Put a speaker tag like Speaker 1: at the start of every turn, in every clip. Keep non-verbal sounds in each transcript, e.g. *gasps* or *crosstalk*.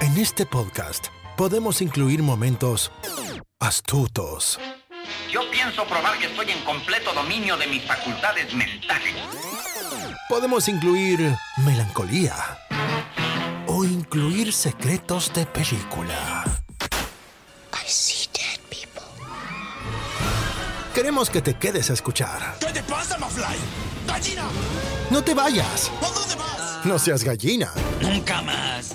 Speaker 1: En este podcast podemos incluir momentos astutos,
Speaker 2: Yo pienso probar que estoy en completo dominio de mis facultades mentales.
Speaker 1: podemos incluir melancolía o incluir secretos de película.
Speaker 3: I see dead people.
Speaker 1: Queremos que te quedes a escuchar.
Speaker 4: ¿Qué te pasa, Mafly? ¡Gallina!
Speaker 1: No te vayas,
Speaker 4: ¿A dónde vas?
Speaker 1: no seas gallina.
Speaker 4: Ah, Nunca más.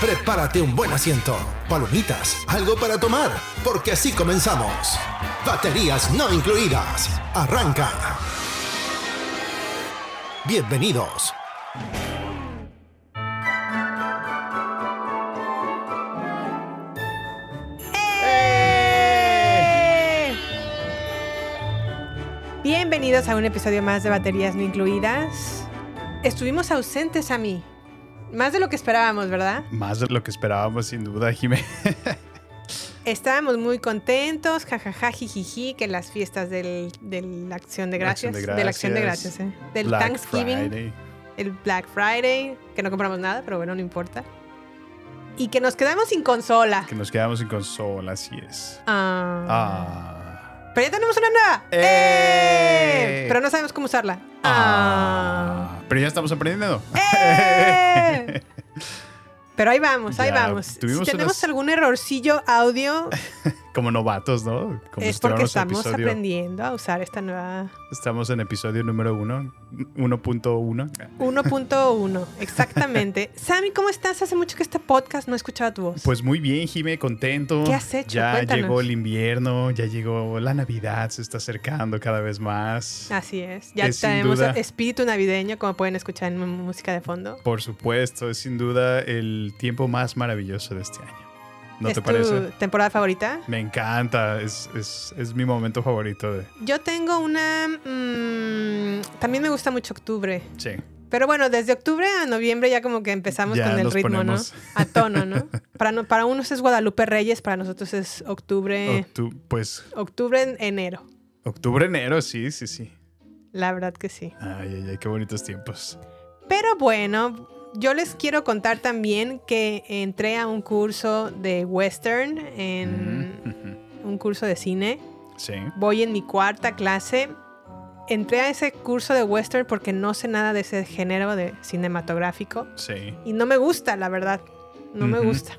Speaker 1: Prepárate un buen asiento, palomitas, algo para tomar, porque así comenzamos. Baterías no incluidas. Arranca. Bienvenidos.
Speaker 5: Bienvenidos a un episodio más de Baterías No Incluidas. Estuvimos ausentes a mí. Más de lo que esperábamos, ¿verdad?
Speaker 6: Más de lo que esperábamos, sin duda, Jimé.
Speaker 5: Estábamos muy contentos, jajaja, jijiji, que las fiestas del, de la acción de
Speaker 6: La
Speaker 5: gracias.
Speaker 6: Acción de
Speaker 5: De la acción de
Speaker 6: Gracias,
Speaker 5: gracias, ¿eh? Del
Speaker 6: Black
Speaker 5: Thanksgiving,
Speaker 6: Friday.
Speaker 5: el Black Friday, que no compramos nada, pero bueno, no importa. Y que nos quedamos sin consola.
Speaker 6: Que nos quedamos sin consola, así es.
Speaker 5: Ah.
Speaker 6: Ah.
Speaker 5: Pero ya tenemos una nueva. ¡Eh!
Speaker 6: ¡Eh!
Speaker 5: Pero no sabemos cómo usarla. Ah.
Speaker 6: Ah. Pero ya estamos aprendiendo. *laughs*
Speaker 5: ¡Eh! Pero ahí vamos, ahí
Speaker 6: Ya,
Speaker 5: vamos.
Speaker 6: tuvimos
Speaker 5: si tenemos
Speaker 6: unas-
Speaker 5: algún errorcillo audio,
Speaker 6: *laughs* Como novatos, ¿no? Como
Speaker 5: es
Speaker 6: estuvieron
Speaker 5: porque
Speaker 6: en
Speaker 5: estamos
Speaker 6: episodio-
Speaker 5: aprendiendo a usar esta nueva
Speaker 6: Estamos en episodio número uno, 1.1. *laughs*
Speaker 5: 1.1. Exactamente. Sammy, ¿cómo estás? Hace mucho que este podcast no he escuchado tu voz.
Speaker 6: Pues muy bien, Jimé, contento.
Speaker 5: ¿Qué has hecho?
Speaker 6: Ya
Speaker 5: Cuéntanos.
Speaker 6: llegó el invierno, ya llegó la Navidad, se está acercando cada vez más.
Speaker 5: Así es. Ya
Speaker 6: que sin
Speaker 5: tenemos
Speaker 6: duda-
Speaker 5: espíritu navideño, como pueden escuchar en música de fondo.
Speaker 6: Por supuesto, es sin duda el tiempo más maravilloso de este año. ¿No
Speaker 5: ¿Es
Speaker 6: te
Speaker 5: tu
Speaker 6: parece?
Speaker 5: temporada favorita?
Speaker 6: Me encanta, es, es- es mi momento favorito de...
Speaker 5: Yo tengo una... mm, también me gusta mucho octubre.
Speaker 6: Sí,
Speaker 5: Pero bueno, desde octubre a noviembre ya como que empezamos
Speaker 6: Ya
Speaker 5: con el
Speaker 6: nos
Speaker 5: ritmo,
Speaker 6: ponemos.
Speaker 5: ¿no? A tono,
Speaker 6: *laughs*
Speaker 5: ¿no? Para, no- para unos es Guadalupe Reyes, para nosotros es octubre,
Speaker 6: Octu- pues
Speaker 5: octubre, en enero.
Speaker 6: octubre, enero, sí, sí, sí.
Speaker 5: La verdad que sí.
Speaker 6: Ay, ay, ay, qué bonitos tiempos.
Speaker 5: Pero bueno, yo les quiero contar también que entré a un curso de western, en
Speaker 6: Ujú,
Speaker 5: un curso de cine.
Speaker 6: ujú. Sí,
Speaker 5: Voy en mi cuarta clase. Entré a ese curso de western porque no sé nada de ese género de cinematográfico.
Speaker 6: sí.
Speaker 5: Y no me gusta, la verdad. No me
Speaker 6: Ujú.
Speaker 5: gusta.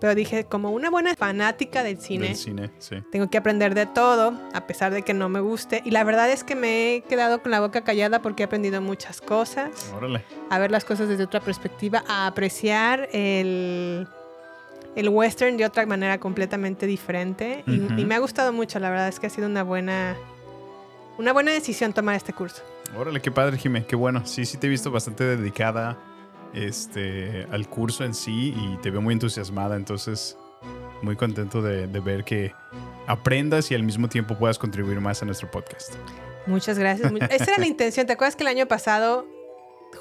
Speaker 5: Pero dije, como una buena fanática del cine,
Speaker 6: Del cine, sí.
Speaker 5: tengo que aprender de todo, a pesar de que no me guste. Y la verdad es que me he quedado con la boca callada porque he aprendido muchas cosas.
Speaker 6: Órale.
Speaker 5: A ver las cosas desde otra perspectiva, a apreciar el, el western de otra manera completamente diferente. Y-
Speaker 6: Ujú.
Speaker 5: y, me ha gustado mucho, la verdad es que ha sido una buena, una buena decisión tomar este curso.
Speaker 6: Órale, qué padre, Jimé, qué bueno. Sí, sí te he visto bastante dedicada este, al curso en sí y te veo muy entusiasmada, entonces muy contento de, de ver que aprendas y al mismo tiempo puedas contribuir más a nuestro podcast.
Speaker 5: Muchas gracias. mu- Esa
Speaker 6: *laughs*
Speaker 5: era la intención. ¿Te acuerdas que el año pasado,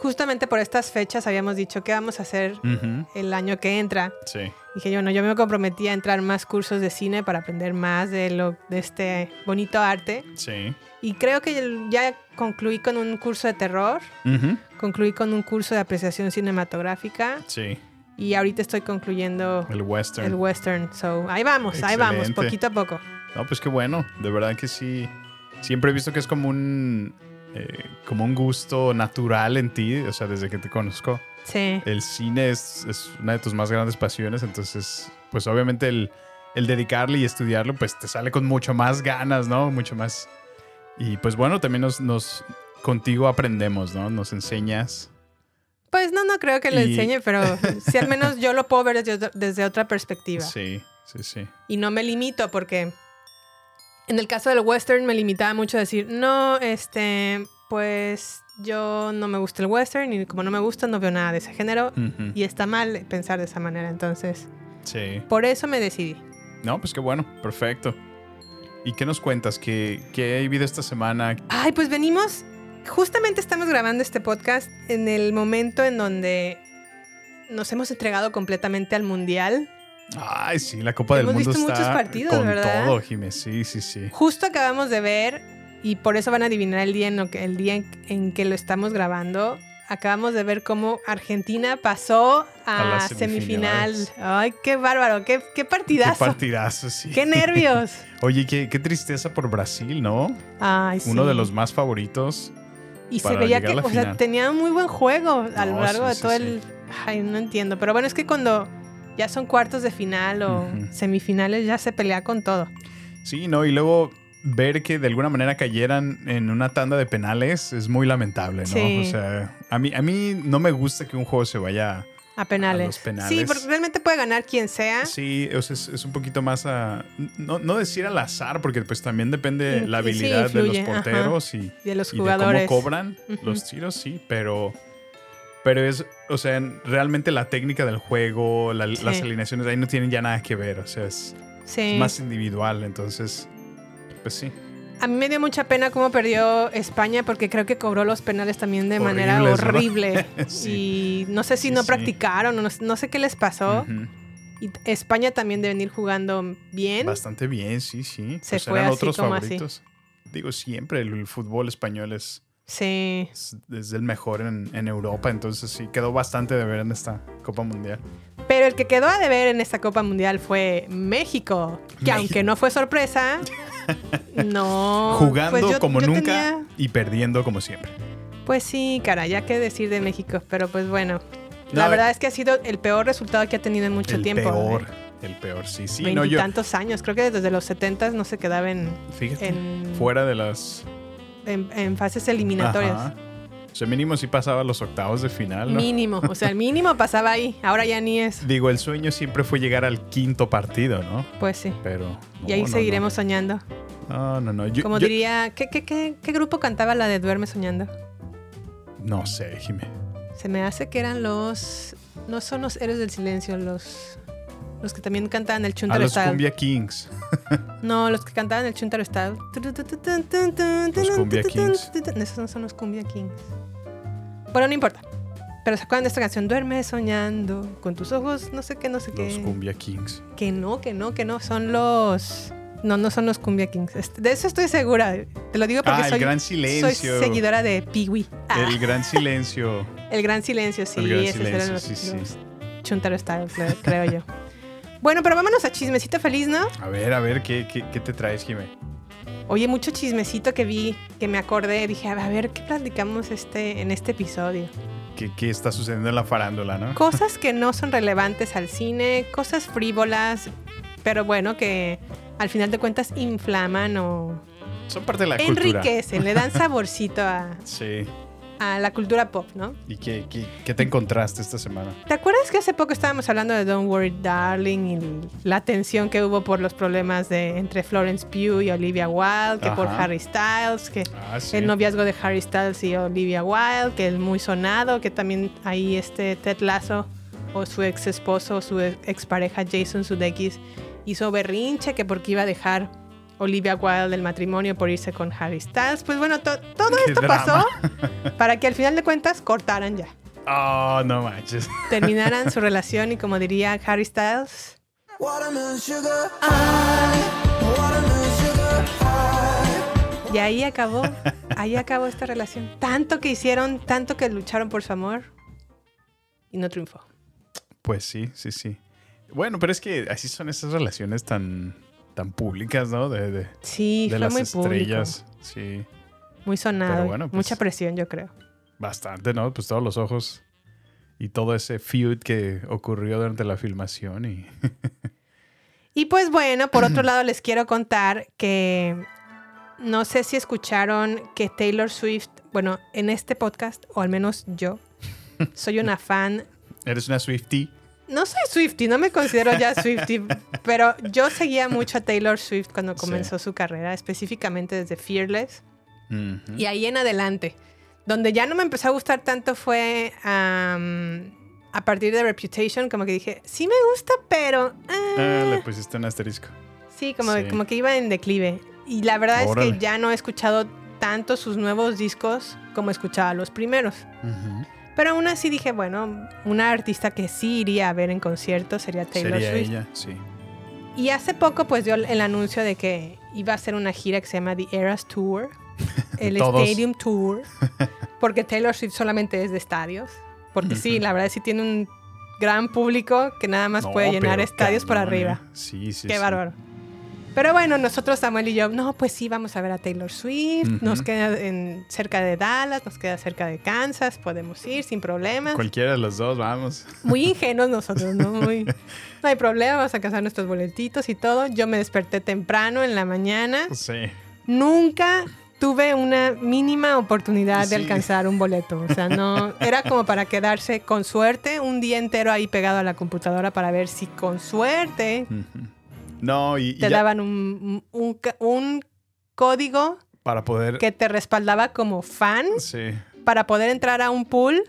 Speaker 5: justamente por estas fechas, habíamos dicho qué vamos a hacer
Speaker 6: Ujú,
Speaker 5: el año que entra?
Speaker 6: Sí.
Speaker 5: Dije yo, no, yo me comprometí a entrar más cursos de cine para aprender más de, lo, de este bonito arte.
Speaker 6: Sí.
Speaker 5: Y creo que el- ya concluí con un curso de terror,
Speaker 6: Ujú,
Speaker 5: concluí con un curso de apreciación cinematográfica
Speaker 6: Sí.
Speaker 5: y ahorita estoy concluyendo
Speaker 6: El western.
Speaker 5: el western. So, ahí vamos, ahí vamos,
Speaker 6: Excelente.
Speaker 5: poquito a poco.
Speaker 6: No, pues qué bueno. De verdad que sí. Siempre he visto que es como un eh, como un gusto natural en ti. O sea, desde que te conozco.
Speaker 5: Sí.
Speaker 6: El cine es, es una de tus más grandes pasiones. Entonces, pues obviamente el, el dedicarle y estudiarlo, pues te sale con mucho más ganas, ¿no? Mucho más. Y pues bueno, también nos, nos contigo aprendemos, ¿no? Nos enseñas.
Speaker 5: Pues no, no creo que lo
Speaker 6: Y-
Speaker 5: enseñe,
Speaker 6: *laughs*
Speaker 5: pero si al menos yo lo puedo ver desde, otra- desde otra perspectiva.
Speaker 6: Sí, sí, sí.
Speaker 5: Y no me limito porque en el caso del western me limitaba mucho a decir, no, este, pues yo no me gusta el western y como no me gusta no veo nada de ese género.
Speaker 6: Ujú.
Speaker 5: Y está mal pensar de esa manera, entonces
Speaker 6: Sí.
Speaker 5: por eso me decidí.
Speaker 6: No, pues qué bueno. Perfecto. ¿Y qué nos cuentas? ¿Qué, qué hay vida esta semana?
Speaker 5: Ay, pues venimos. Justamente estamos grabando este podcast en el momento en donde nos hemos entregado completamente al mundial.
Speaker 6: Ay, sí, la Copa del
Speaker 5: Hemos
Speaker 6: Mundo
Speaker 5: visto
Speaker 6: está
Speaker 5: muchos partidos,
Speaker 6: con
Speaker 5: ¿verdad?
Speaker 6: todo, Jiménez. Sí, sí, sí.
Speaker 5: Justo acabamos de ver, y por eso van a adivinar el día en, lo que, el día en, en que lo estamos grabando. Acabamos de ver cómo Argentina pasó
Speaker 6: A
Speaker 5: a,
Speaker 6: las
Speaker 5: semifinal.
Speaker 6: semifinales.
Speaker 5: Ay, qué bárbaro, qué, qué
Speaker 6: Qué
Speaker 5: partidazo. Qué,
Speaker 6: partidazo, sí.
Speaker 5: nervios.
Speaker 6: *laughs* Oye, qué, qué tristeza por Brasil, ¿no?
Speaker 5: Ay,
Speaker 6: Uno
Speaker 5: sí.
Speaker 6: de los más favoritos.
Speaker 5: Y se
Speaker 6: para
Speaker 5: veía
Speaker 6: llegar
Speaker 5: que,
Speaker 6: a la
Speaker 5: o sea,
Speaker 6: final.
Speaker 5: tenía un muy buen juego a lo
Speaker 6: No,
Speaker 5: largo
Speaker 6: sí,
Speaker 5: de
Speaker 6: sí,
Speaker 5: todo
Speaker 6: sí.
Speaker 5: el. Ay, no entiendo. Pero bueno, es que cuando ya son cuartos de final o
Speaker 6: Ujú.
Speaker 5: semifinales, ya se pelea con todo.
Speaker 6: Sí, ¿no? Y luego ver que de alguna manera cayeran en una tanda de penales es muy lamentable, ¿no?
Speaker 5: Sí.
Speaker 6: O sea, a mí, a mí no me gusta que un juego se vaya...
Speaker 5: A penales.
Speaker 6: los penales.
Speaker 5: Sí, porque realmente puede ganar quien sea.
Speaker 6: Sí, o sea, es, es un poquito más a... No, no decir al azar, porque pues también depende
Speaker 5: In- sí,
Speaker 6: la habilidad de
Speaker 5: influye,
Speaker 6: los
Speaker 5: ajá.
Speaker 6: porteros y...
Speaker 5: De los
Speaker 6: y de cómo
Speaker 5: jugadores.
Speaker 6: cobran
Speaker 5: Ujú.
Speaker 6: los tiros, sí, pero. Pero es, o sea, en- realmente la técnica del juego, la-
Speaker 5: Sí.
Speaker 6: las alineaciones ahí no tienen ya nada que ver, o sea, es,
Speaker 5: sí.
Speaker 6: es más individual, entonces, pues sí.
Speaker 5: A mí me dio mucha pena cómo perdió España porque creo que cobró los penales también de manera
Speaker 6: Horribles, ¿no?
Speaker 5: horrible. Y no sé si
Speaker 6: *laughs* Sí,
Speaker 5: no
Speaker 6: sí.
Speaker 5: practicaron, o no, no sé qué les pasó.
Speaker 6: Ujú.
Speaker 5: Y España también de venir jugando bien.
Speaker 6: Bastante bien, sí, sí. Pues
Speaker 5: Se fue así como así.
Speaker 6: Digo, siempre el, el fútbol español es,
Speaker 5: Sí.
Speaker 6: es, es el mejor en, en Europa, entonces sí, quedó bastante de ver en esta Copa Mundial.
Speaker 5: Pero el que quedó a deber en esta Copa Mundial fue México, que
Speaker 6: México.
Speaker 5: aunque no fue
Speaker 6: *laughs*
Speaker 5: sorpresa, no.
Speaker 6: Jugando
Speaker 5: pues yo-
Speaker 6: como
Speaker 5: yo
Speaker 6: nunca
Speaker 5: tenía-
Speaker 6: y perdiendo como siempre.
Speaker 5: pues sí, cara, ya qué decir de México, pero pues bueno.
Speaker 6: No,
Speaker 5: la
Speaker 6: eh.
Speaker 5: verdad es que ha sido el peor resultado que ha tenido en mucho
Speaker 6: el
Speaker 5: tiempo. eh,
Speaker 6: peor, el peor, sí, sí. No, yo,
Speaker 5: Veintitantos años, creo que desde los 70 no se quedaba en,
Speaker 6: Fíjate.
Speaker 5: en-
Speaker 6: Fuera de las.
Speaker 5: en- en fases eliminatorias.
Speaker 6: Ajá. O sea, mínimo sí pasaba a los octavos de final. ¿no?
Speaker 5: Mínimo, o sea, el mínimo pasaba ahí, ahora ya ni es.
Speaker 6: Digo, el sueño siempre fue llegar al quinto partido, ¿no?
Speaker 5: Pues sí.
Speaker 6: Pero.
Speaker 5: Y ahí
Speaker 6: no, no,
Speaker 5: seguiremos soñando.
Speaker 6: No, no, no. no. Yo,
Speaker 5: Como
Speaker 6: yo-
Speaker 5: diría, ¿qué, qué, qué, qué grupo cantaba la de Duerme Soñando?
Speaker 6: No sé, Jimé.
Speaker 5: Se me hace que eran los. No son los héroes del silencio, los. Los que también cantaban el
Speaker 6: A
Speaker 5: Chuntaro
Speaker 6: los
Speaker 5: Style.
Speaker 6: Cumbia Kings.
Speaker 5: No, los que cantaban el Chuntaro Style. Los
Speaker 6: Cumbia Kings.
Speaker 5: Esos no son los Cumbia Kings. Bueno, no importa. Pero se acuerdan de esta canción. Duerme soñando con tus ojos, no sé qué, no sé
Speaker 6: Los
Speaker 5: qué.
Speaker 6: Cumbia Kings.
Speaker 5: Que no, que no, que no. Son los. No, no son los Cumbia Kings. Este- De eso estoy segura. Te lo digo porque
Speaker 6: Ah, el
Speaker 5: soy,
Speaker 6: gran
Speaker 5: soy
Speaker 6: silencio.
Speaker 5: seguidora de Piwi.
Speaker 6: El gran silencio.
Speaker 5: El gran silencio, sí.
Speaker 6: el gran
Speaker 5: esos eran
Speaker 6: silencio,
Speaker 5: los-
Speaker 6: sí, sí.
Speaker 5: los Chuntaro Style, creo, creo yo. Bueno, pero vámonos a chismecito feliz, ¿no?
Speaker 6: A ver, a ver, ¿qué, qué, qué te traes, Jimé?
Speaker 5: Oye, mucho chismecito que vi, que me acordé, dije, a ver, ¿qué platicamos este, en este
Speaker 6: *laughs*
Speaker 5: episodio?
Speaker 6: ¿Qué, ¿Qué está sucediendo en la farándula, no?
Speaker 5: Cosas que no son relevantes al cine, cosas frívolas, pero bueno, que al final de cuentas inflaman o
Speaker 6: Son parte de la cultura.
Speaker 5: enriquecen,
Speaker 6: *laughs*
Speaker 5: le dan saborcito a,
Speaker 6: Sí.
Speaker 5: a la cultura pop, ¿no?
Speaker 6: ¿Y qué, qué, qué te encontraste esta semana?
Speaker 5: ¿Te acuerdas que hace poco estábamos hablando de Don't Worry Darling y la tensión que hubo por los problemas de entre Florence Pugh y Olivia Wilde, que por
Speaker 6: Ajá.
Speaker 5: Harry Styles, que
Speaker 6: Ah, sí.
Speaker 5: el noviazgo de Harry Styles y Olivia Wilde, que es muy sonado, que también ahí este Ted Lasso o su ex esposo, su ex- expareja Jason Sudeikis hizo berrinche que porque iba a dejar Olivia Wilde del matrimonio por irse con Harry Styles. Pues bueno, to- todo
Speaker 6: Qué
Speaker 5: esto
Speaker 6: drama.
Speaker 5: pasó para que al final de cuentas cortaran ya
Speaker 6: Oh, no manches.
Speaker 5: terminaran su relación y como diría Harry Styles. Y ahí acabó, ahí acabó esta relación. Tanto que hicieron, tanto que lucharon por su amor y no triunfó.
Speaker 6: Pues sí, sí, sí. Bueno, pero es que así son esas relaciones tan, tan públicas, ¿no? De, de-
Speaker 5: Sí,
Speaker 6: de
Speaker 5: fue
Speaker 6: las
Speaker 5: muy
Speaker 6: estrellas. Sí,
Speaker 5: público, muy sonado,
Speaker 6: Pero bueno, pues-
Speaker 5: mucha presión yo creo.
Speaker 6: bastante, ¿no? Pues todos los ojos y todo ese feud que ocurrió durante la filmación y... *laughs*
Speaker 5: Y pues bueno, por otro lado les quiero contar que no sé si escucharon que Taylor Swift, bueno, en este podcast, o al menos yo, soy una fan
Speaker 6: Eres una Swiftie.
Speaker 5: No soy Swifty, no me considero ya Swifty, pero yo seguía mucho a Taylor Swift cuando
Speaker 6: Sí.
Speaker 5: comenzó su carrera, específicamente desde Fearless.
Speaker 6: Ujú.
Speaker 5: Y ahí en adelante, donde ya no me empezó a gustar tanto fue am, a partir de Reputation, como que dije, sí me gusta, pero... ah".
Speaker 6: Ah, le pusiste un asterisco.
Speaker 5: sí, como,
Speaker 6: sí.
Speaker 5: como que iba en declive. Y la verdad es
Speaker 6: Órale.
Speaker 5: que ya no he escuchado tanto sus nuevos discos como escuchaba los primeros.
Speaker 6: Ujú.
Speaker 5: Pero aún así dije, bueno, una artista que sí iría a ver en concierto sería Taylor
Speaker 6: Sería
Speaker 5: Swift.
Speaker 6: ella, sí.
Speaker 5: Y hace poco pues dio el anuncio de que iba a hacer una gira que se llama The Eras
Speaker 6: *laughs*
Speaker 5: Tour, el
Speaker 6: Todos.
Speaker 5: Stadium Tour,
Speaker 6: *laughs*
Speaker 5: porque Taylor Swift solamente es de estadios, porque sí, la verdad sí tiene un gran público que nada más
Speaker 6: No,
Speaker 5: puede llenar
Speaker 6: pero
Speaker 5: estadios por
Speaker 6: cañón,
Speaker 5: arriba.
Speaker 6: eh. Sí, sí.
Speaker 5: Qué
Speaker 6: sí.
Speaker 5: bárbaro. Pero bueno, nosotros, Samuel y yo, no, pues sí, vamos a ver a Taylor Swift,
Speaker 6: Ujú.
Speaker 5: nos queda en, cerca de Dallas, nos queda cerca de Kansas, podemos ir sin problemas.
Speaker 6: Cualquiera de los dos, vamos.
Speaker 5: Muy ingenuos nosotros, ¿no? Muy- no hay problema, vamos a cazar nuestros boletitos y todo. Yo me desperté temprano en la mañana.
Speaker 6: Sí.
Speaker 5: Nunca tuve una mínima oportunidad
Speaker 6: Sí.
Speaker 5: de alcanzar un boleto. O sea, no. Era como para quedarse con suerte un día entero ahí pegado a la computadora para ver si con suerte
Speaker 6: Ujú. No, y, y
Speaker 5: te
Speaker 6: ya
Speaker 5: daban un, un ca- un código
Speaker 6: para poder.
Speaker 5: que te respaldaba como fan
Speaker 6: Sí.
Speaker 5: para poder entrar a un pool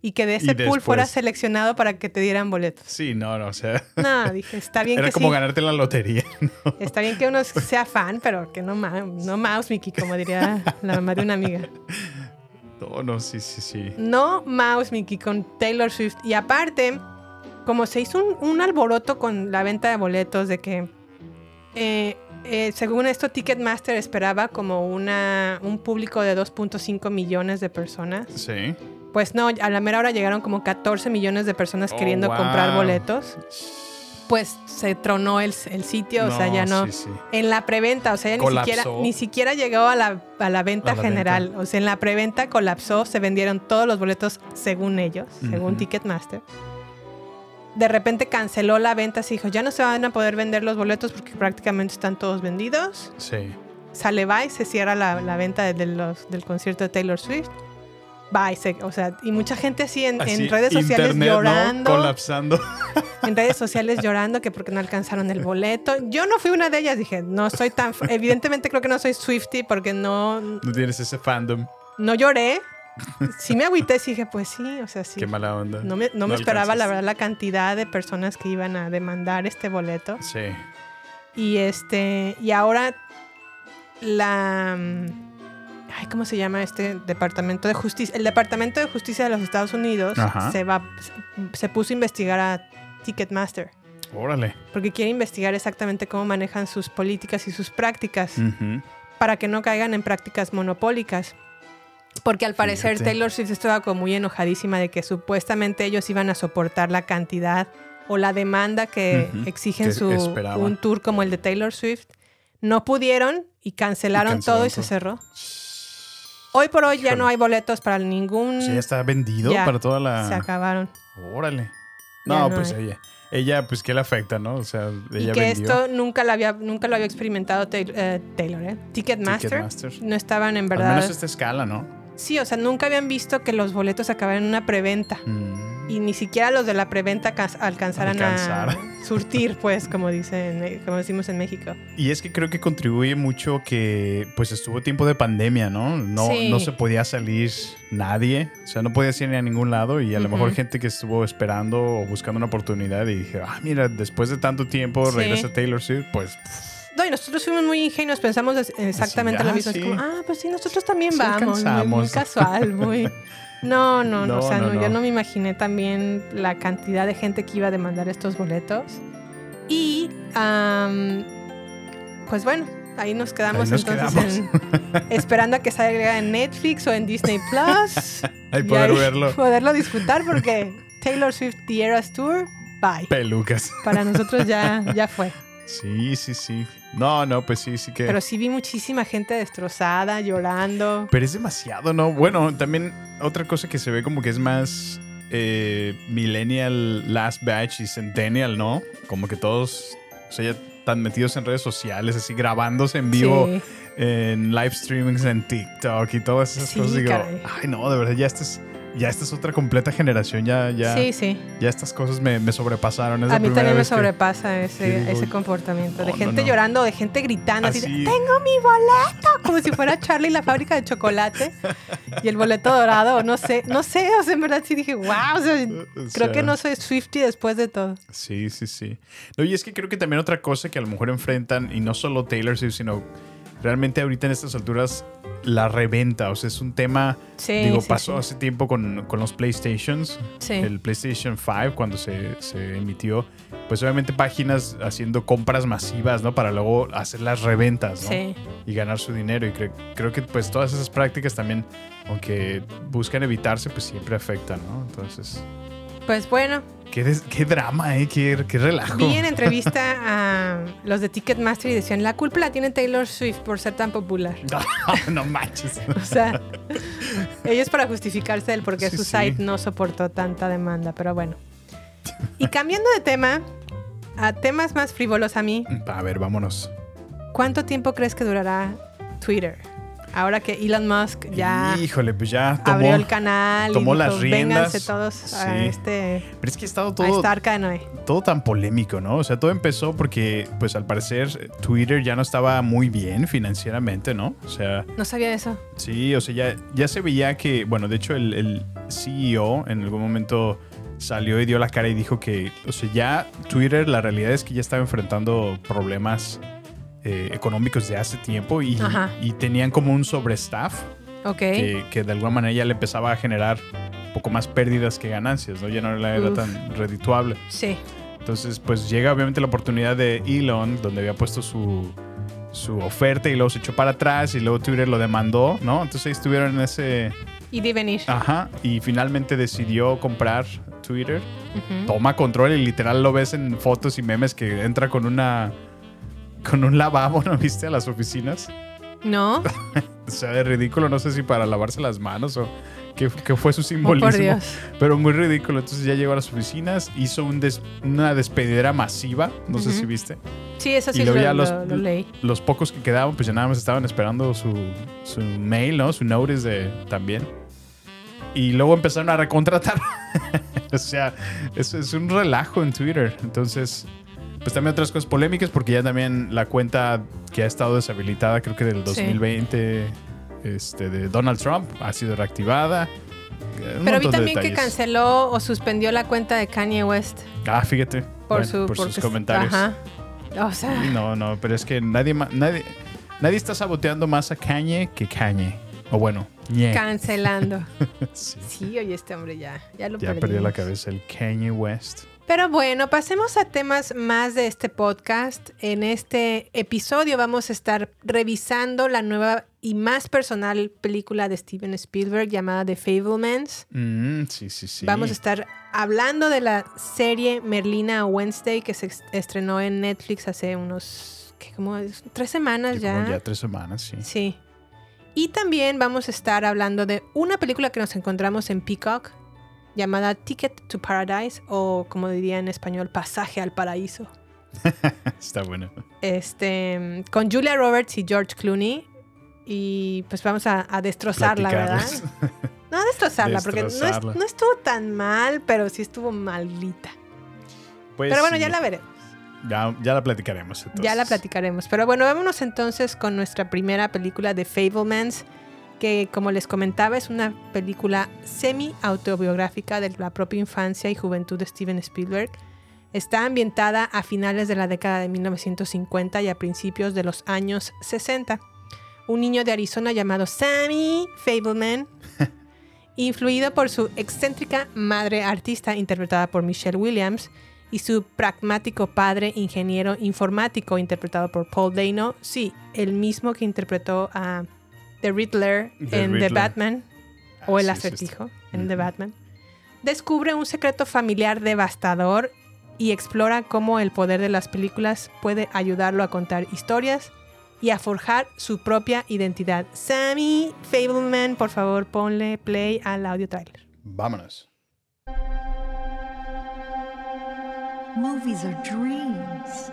Speaker 5: y que de ese pool
Speaker 6: después-
Speaker 5: fuera seleccionado para que te dieran boletos.
Speaker 6: Sí, no, no, o sea.
Speaker 5: No, dije, está bien
Speaker 6: Era
Speaker 5: que
Speaker 6: como
Speaker 5: sí,
Speaker 6: ganarte la lotería. *laughs*
Speaker 5: está bien que uno sea fan, pero que no, ma- no mouse, Mickey, como diría la mamá de una amiga.
Speaker 6: No, no, sí, sí, sí.
Speaker 5: No mouse, Mickey, con Taylor Swift. Y aparte, como se hizo un, un alboroto con la venta de boletos de que, eh, eh, según esto, Ticketmaster esperaba como una, un público de 2.5 millones de personas.
Speaker 6: Sí.
Speaker 5: Pues no, a la mera hora llegaron como 14 millones de personas
Speaker 6: Oh,
Speaker 5: queriendo
Speaker 6: wow.
Speaker 5: comprar boletos. Pues se tronó el, el sitio, o sea, ya no.
Speaker 6: Sí, sí.
Speaker 5: En la preventa, o sea, ya ni
Speaker 6: Colapsó.
Speaker 5: siquiera, ni siquiera llegó a la, a la venta
Speaker 6: A la
Speaker 5: general. O sea, en la preventa colapsó, se vendieron todos los boletos según ellos, según
Speaker 6: Ujú.
Speaker 5: Ticketmaster. De repente canceló la venta, se dijo, ya no se van a poder vender los boletos porque prácticamente están todos vendidos.
Speaker 6: Sí.
Speaker 5: Sale bye, se cierra la, la venta de- de los- del concierto de Taylor Swift. Bye, se- o sea, y mucha gente así en, en
Speaker 6: Así,
Speaker 5: redes sociales
Speaker 6: internet, ¿no?
Speaker 5: llorando
Speaker 6: Colapsando.
Speaker 5: en redes sociales llorando que porque no alcanzaron el boleto. Yo no fui una de ellas, dije, no soy tan... f- Evidentemente creo que no soy Swifty porque no,
Speaker 6: No tienes ese fandom.
Speaker 5: no lloré. Sí me agüité, sí dije, pues sí, o sea, sí.
Speaker 6: Qué mala onda.
Speaker 5: No me, no me esperaba, la
Speaker 6: alcanzas.
Speaker 5: verdad, la cantidad de personas que iban a demandar este boleto.
Speaker 6: Sí.
Speaker 5: Y este, y ahora la mm, ay, ¿cómo se llama este departamento de justicia? El departamento de justicia de los Estados Unidos
Speaker 6: Ajá.
Speaker 5: se va se puso a investigar a Ticketmaster
Speaker 6: Órale.
Speaker 5: porque quiere investigar exactamente cómo manejan sus políticas y sus prácticas
Speaker 6: Ujú.
Speaker 5: para que no caigan en prácticas monopólicas. Porque al parecer
Speaker 6: Fíjate.
Speaker 5: Taylor Swift estaba como muy enojadísima de que supuestamente ellos iban a soportar la cantidad o la demanda que
Speaker 6: Ujú,
Speaker 5: exigen
Speaker 6: que
Speaker 5: su,
Speaker 6: esperaban.
Speaker 5: un tour como el de Taylor Swift. No pudieron y cancelaron,
Speaker 6: Y cancelaron
Speaker 5: todo y se
Speaker 6: todo.
Speaker 5: cerró. Hoy por hoy ya
Speaker 6: Híjole.
Speaker 5: no hay boletos para ningún...
Speaker 6: Sí, ya está vendido
Speaker 5: Ya,
Speaker 6: para toda la.
Speaker 5: Se acabaron.
Speaker 6: Órale.
Speaker 5: Ya
Speaker 6: No,
Speaker 5: no
Speaker 6: pues
Speaker 5: hay.
Speaker 6: ella. Ella, pues, ¿qué le afecta, no? O sea,
Speaker 5: y
Speaker 6: ella
Speaker 5: que
Speaker 6: vendió.
Speaker 5: esto nunca, la había, nunca lo había experimentado Taylor, eh, Taylor, ¿eh? Ticketmaster.
Speaker 6: Ticketmaster.
Speaker 5: No estaban en
Speaker 6: Al
Speaker 5: verdad...
Speaker 6: menos esta escala, ¿no?
Speaker 5: Sí, o sea, nunca habían visto que los boletos acabaran en una preventa.
Speaker 6: Mm.
Speaker 5: y ni siquiera los de la preventa cas- alcanzaran
Speaker 6: Alcanzar.
Speaker 5: a surtir, pues, como dicen, como decimos en México.
Speaker 6: Y es que creo que contribuye mucho que pues estuvo tiempo de pandemia, ¿no? No,
Speaker 5: Sí.
Speaker 6: no se podía salir nadie, o sea, no podías ir ni a ningún lado y a lo
Speaker 5: Ujú.
Speaker 6: mejor gente que estuvo esperando o buscando una oportunidad y dije, ah, mira, después de tanto tiempo
Speaker 5: Sí.
Speaker 6: regresa Taylor Swift, pues pff,
Speaker 5: No, y nosotros fuimos muy ingenuos, pensamos es- exactamente
Speaker 6: Así,
Speaker 5: lo
Speaker 6: ah,
Speaker 5: mismo. Es
Speaker 6: sí.
Speaker 5: como, ah, pues sí, nosotros también
Speaker 6: Sí
Speaker 5: vamos. Muy, muy
Speaker 6: alcanzamos.
Speaker 5: casual,
Speaker 6: *laughs*
Speaker 5: muy. No, no, no, o
Speaker 6: No,
Speaker 5: sea,
Speaker 6: no,
Speaker 5: no, yo
Speaker 6: no.
Speaker 5: no me imaginé también la cantidad de gente que iba a demandar estos boletos. Y, am, pues bueno, ahí nos quedamos
Speaker 6: Ahí nos
Speaker 5: entonces en- *laughs* esperando a que salga en Netflix o en Disney Plus.
Speaker 6: *laughs* ahí
Speaker 5: Y
Speaker 6: poder
Speaker 5: ahí
Speaker 6: verlo.
Speaker 5: *laughs* Poderlo disfrutar porque Taylor Swift The Eras Tour, bye.
Speaker 6: Pelucas.
Speaker 5: Para nosotros ya, ya fue.
Speaker 6: Sí, sí, sí. No, no, pues sí, sí que...
Speaker 5: Pero sí vi muchísima gente destrozada, llorando.
Speaker 6: Pero es demasiado, ¿no? Bueno, también otra cosa que se ve como que es más eh, millennial, last batch y centennial, ¿no? Como que todos, o sea, ya tan metidos en redes sociales, así grabándose en vivo,
Speaker 5: Sí.
Speaker 6: en live streamings, en TikTok y todas esas
Speaker 5: Sí,
Speaker 6: cosas. Digo,
Speaker 5: caray.
Speaker 6: ay, no, de verdad, ya esta es, ya esta es otra completa generación, ya, ya,
Speaker 5: Sí, sí.
Speaker 6: ya estas cosas me, me sobrepasaron. Es la
Speaker 5: A mí
Speaker 6: primera
Speaker 5: también me
Speaker 6: vez que-
Speaker 5: sobrepasa ese,
Speaker 6: que digo,
Speaker 5: ese comportamiento. De
Speaker 6: no, no,
Speaker 5: gente
Speaker 6: no.
Speaker 5: llorando, de gente gritando. Así, de,
Speaker 6: Así-
Speaker 5: tengo mi boleto. Como si fuera Charlie la fábrica de chocolate. Y el boleto dorado. No sé, no sé. O sea, en verdad sí dije, wow. o sea,
Speaker 6: *laughs* O
Speaker 5: creo que
Speaker 6: sea.
Speaker 5: no soy Swifty después de todo.
Speaker 6: Sí, sí, sí. No, y es que creo que también otra cosa que a lo mejor enfrentan, y no solo Taylor Swift, sino realmente ahorita en estas alturas la reventa. O sea, es un tema.
Speaker 5: Sí,
Speaker 6: digo,
Speaker 5: sí,
Speaker 6: pasó
Speaker 5: sí.
Speaker 6: hace tiempo con, con los PlayStations.
Speaker 5: Sí.
Speaker 6: El PlayStation 5, cuando se, se emitió, pues obviamente páginas haciendo compras masivas, ¿no? Para luego hacer las reventas, ¿no?
Speaker 5: Sí.
Speaker 6: Y ganar su dinero. Y cre- creo que pues todas esas prácticas también, aunque buscan evitarse, pues siempre afectan, ¿no? Entonces,
Speaker 5: Pues bueno,
Speaker 6: qué, des- qué drama, ¿eh? Qué, qué relajo.
Speaker 5: vi en entrevista a los de Ticketmaster y decían, la culpa la tiene Taylor Swift por ser tan popular.
Speaker 6: No, *laughs* no manches.
Speaker 5: O
Speaker 6: *laughs*
Speaker 5: sea, ellos para justificarse del por qué
Speaker 6: Sí,
Speaker 5: su
Speaker 6: sí.
Speaker 5: site no soportó tanta demanda, pero bueno. Y cambiando de tema, a temas más frívolos a mí,
Speaker 6: A ver, vámonos.
Speaker 5: ¿cuánto tiempo crees que durará Twitter? Ahora que Elon Musk ya
Speaker 6: Híjole, pues ya tomó.
Speaker 5: abrió el canal
Speaker 6: tomó
Speaker 5: y dijo,
Speaker 6: las riendas".
Speaker 5: vénganse todos a,
Speaker 6: Sí.
Speaker 5: este,
Speaker 6: Pero es que ha estado
Speaker 5: a
Speaker 6: todo,
Speaker 5: esta arca de Noé.
Speaker 6: todo tan polémico, ¿no? O sea, todo empezó porque, pues al parecer, Twitter ya no estaba muy bien financieramente, ¿no? O sea,
Speaker 5: No sabía eso.
Speaker 6: sí, o sea, ya, ya se veía que, bueno, de hecho el, el CEO en algún momento salió y dio la cara y dijo que, o sea, ya Twitter, la realidad es que ya estaba enfrentando problemas eh, económicos de hace tiempo y,
Speaker 5: Ajá.
Speaker 6: y tenían como un sobrestaff
Speaker 5: Ok.
Speaker 6: que, que de alguna manera ya le empezaba a generar un poco más pérdidas que ganancias, ¿no? Ya no era
Speaker 5: Uf.
Speaker 6: tan redituable.
Speaker 5: Sí.
Speaker 6: Entonces, pues llega obviamente la oportunidad de Elon, donde había puesto su, su oferta y luego se echó para atrás y luego Twitter lo demandó, ¿no? Entonces ahí estuvieron en ese...
Speaker 5: Y de venir.
Speaker 6: Ajá, y finalmente decidió comprar Twitter.
Speaker 5: Ujú.
Speaker 6: Toma control y literal lo ves en fotos y memes que entra con una... Con un lavabo, *laughs* ¿no viste? A las oficinas. *laughs*
Speaker 5: No. Oh,
Speaker 6: O sea, de ridículo, no sé si para lavarse las manos o qué, qué fue su
Speaker 5: Oh,
Speaker 6: simbolismo.
Speaker 5: por Dios.
Speaker 6: Pero muy ridículo. Entonces ya llegó a las oficinas, hizo un des- una despedidera masiva, no sé
Speaker 5: Ujú.
Speaker 6: si viste.
Speaker 5: Sí, eso sí
Speaker 6: y
Speaker 5: lo,
Speaker 6: luego ya los,
Speaker 5: lo- lo leí.
Speaker 6: los pocos que quedaban, pues ya nada más estaban esperando su, su mail, ¿no? Su notice de, también. Y luego empezaron a recontratar. *laughs* o sea, es, es un relajo en Twitter. Entonces, pues también otras cosas polémicas, porque ya también la cuenta que ha estado deshabilitada, creo que del
Speaker 5: Sí.
Speaker 6: 2020, este, de Donald Trump, ha sido reactivada. Eh, un
Speaker 5: Pero vi
Speaker 6: montón de
Speaker 5: también que
Speaker 6: detalles.
Speaker 5: canceló o suspendió la cuenta de Kanye West
Speaker 6: Ah, fíjate.
Speaker 5: por,
Speaker 6: Bueno,
Speaker 5: su,
Speaker 6: por sus
Speaker 5: porque-
Speaker 6: comentarios.
Speaker 5: Ajá. O sea,
Speaker 6: No, no, pero es que nadie ma- nadie nadie está saboteando más a Kanye que Kanye. O bueno, Ñe.
Speaker 5: cancelando.
Speaker 6: *laughs* Sí,
Speaker 5: Sí, oye, este hombre ya, ya lo
Speaker 6: ya perdió la
Speaker 5: perdimos.
Speaker 6: cabeza el Kanye West.
Speaker 5: Pero bueno, pasemos a temas más de este podcast. En este episodio vamos a estar revisando la nueva y más personal película de Steven Spielberg llamada The Fablemans.
Speaker 6: Mm, sí, sí, sí.
Speaker 5: Vamos a estar hablando de la serie Merlina Wednesday que se est- estrenó en Netflix hace unos, ¿qué? Como es- tres semanas
Speaker 6: Que como
Speaker 5: ya.
Speaker 6: ya tres semanas, sí.
Speaker 5: Sí. Y también vamos a estar hablando de una película que nos encontramos en Peacock llamada Ticket to Paradise o como diría en español Pasaje al Paraíso.
Speaker 6: *laughs* Está bueno.
Speaker 5: Este, con Julia Roberts y George Clooney. Y pues vamos a, a destrozarla, ¿verdad?
Speaker 6: Platicarlas.
Speaker 5: No, destrozarla, porque no, es-
Speaker 6: Destrozarla.
Speaker 5: no estuvo tan mal, pero sí estuvo malita.
Speaker 6: Pues
Speaker 5: Pero bueno,
Speaker 6: sí,
Speaker 5: ya la veremos.
Speaker 6: ya, ya la platicaremos. entonces.
Speaker 5: Ya la platicaremos. Pero bueno, vámonos entonces con nuestra primera película de Fablemans, que como les comentaba es una película semi-autobiográfica de la propia infancia y juventud de Steven Spielberg. Está ambientada a finales de la década de 1950 y a principios de los años 60. Un niño de Arizona llamado Sammy
Speaker 6: *laughs*
Speaker 5: Fableman, influido por su excéntrica madre artista interpretada por Michelle Williams, y su pragmático padre ingeniero informático interpretado por Paul Dano, sí, el mismo que interpretó a The Riddler
Speaker 6: The
Speaker 5: en The
Speaker 6: Riddler.
Speaker 5: Batman o
Speaker 6: Ah,
Speaker 5: el
Speaker 6: sí, sí,
Speaker 5: acertijo en The
Speaker 6: Ujú.
Speaker 5: Batman, descubre un secreto familiar devastador y explora cómo el poder de las películas puede ayudarlo a contar historias y a forjar su propia identidad. Sammy Fableman, por favor, ponle play al audio trailer.
Speaker 6: Vámonos.
Speaker 7: Movies are dreams.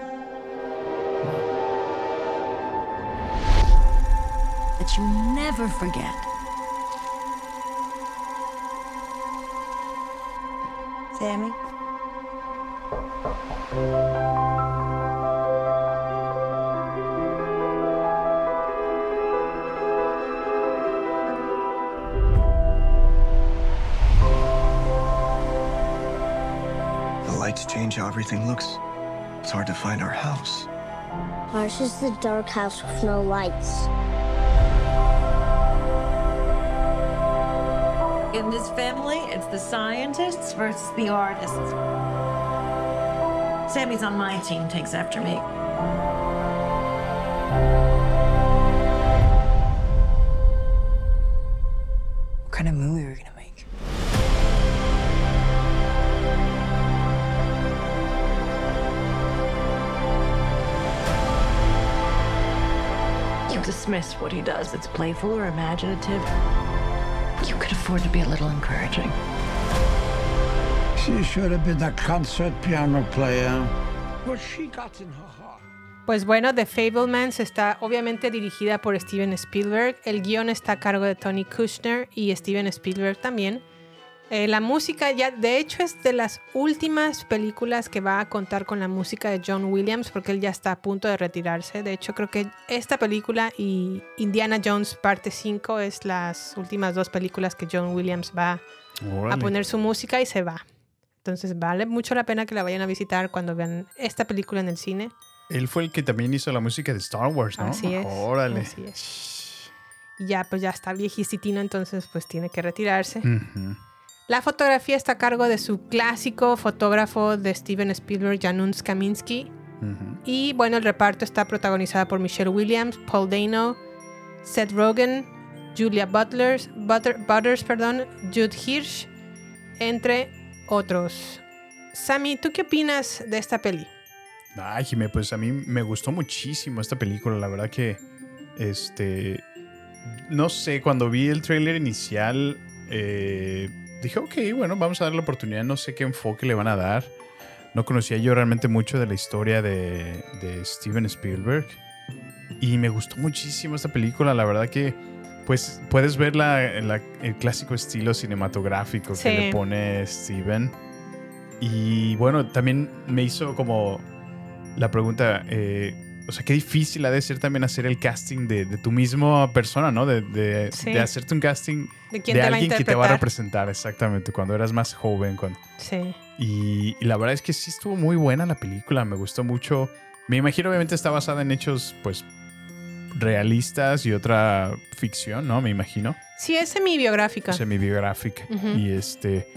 Speaker 7: That you never forget.
Speaker 3: Sammy?
Speaker 8: The lights change how everything looks. It's hard to find our house. Ours is the dark house with no lights.
Speaker 9: In this family, it's the scientists versus the artists. Sammy's on my team, takes after me.
Speaker 10: What kind of movie are we gonna make?
Speaker 9: You dismiss what he does. It's playful or imaginative. You could afford to be a little encouraging.
Speaker 11: She should have been a concert piano player. What she got in her heart.
Speaker 5: Pues bueno, The Fablemans está obviamente dirigida por Steven Spielberg. El guión está a cargo de Tony Kushner y Steven Spielberg también. Eh, la música ya, de hecho, es de las últimas películas que va a contar con la música de John Williams porque él ya está a punto de retirarse. De hecho, creo que esta película y Indiana Jones parte 5 es las últimas dos películas que John Williams va a
Speaker 6: Órale.
Speaker 5: poner su música y se va. Entonces vale mucho la pena que la vayan a visitar cuando vean esta película en el cine.
Speaker 6: Él fue el que también hizo la música de Star Wars, ¿no?
Speaker 5: Así es,
Speaker 6: Órale.
Speaker 5: así Y ya, pues ya está viejicitino, entonces pues tiene que retirarse.
Speaker 6: Mm. Ujú.
Speaker 5: La fotografía está a cargo de su clásico fotógrafo de Steven Spielberg, Janusz Kaminski.
Speaker 6: Ujú.
Speaker 5: Y bueno, el reparto está protagonizada por Michelle Williams, Paul Dano, Seth Rogen, Julia Butler, Butter- Butters, perdón, Jude Hirsch, entre otros. Sammy, ¿tú qué opinas de esta peli?
Speaker 6: Ay, Jimé, pues a mí me gustó muchísimo esta película. La verdad que, este, no sé, cuando vi el tráiler inicial, eh, dije, ok, bueno, vamos a dar la oportunidad. No sé qué enfoque le van a dar. No conocía yo realmente mucho de la historia de, de Steven Spielberg. Y me gustó muchísimo esta película. La verdad que, pues, puedes ver la- la- el clásico estilo cinematográfico
Speaker 5: Sí.
Speaker 6: que le pone Steven. Y bueno, también me hizo como la pregunta, eh, o sea, qué difícil ha de ser también hacer el casting de, de tu misma persona, ¿no? De, de-
Speaker 5: Sí.
Speaker 6: de hacerte un casting
Speaker 5: ¿De quién
Speaker 6: de
Speaker 5: te va a
Speaker 6: alguien que te va a
Speaker 5: interpretar?
Speaker 6: representar, exactamente, cuando eras más joven. Cuando...
Speaker 5: Sí.
Speaker 6: Y, y la verdad es que sí estuvo muy buena la película, me gustó mucho. Me imagino obviamente está basada en hechos, pues, realistas y otra ficción, ¿no? Me imagino
Speaker 5: Sí, es semi-biográfica.
Speaker 6: semi-biográfica.
Speaker 5: Ujú.
Speaker 6: Y este.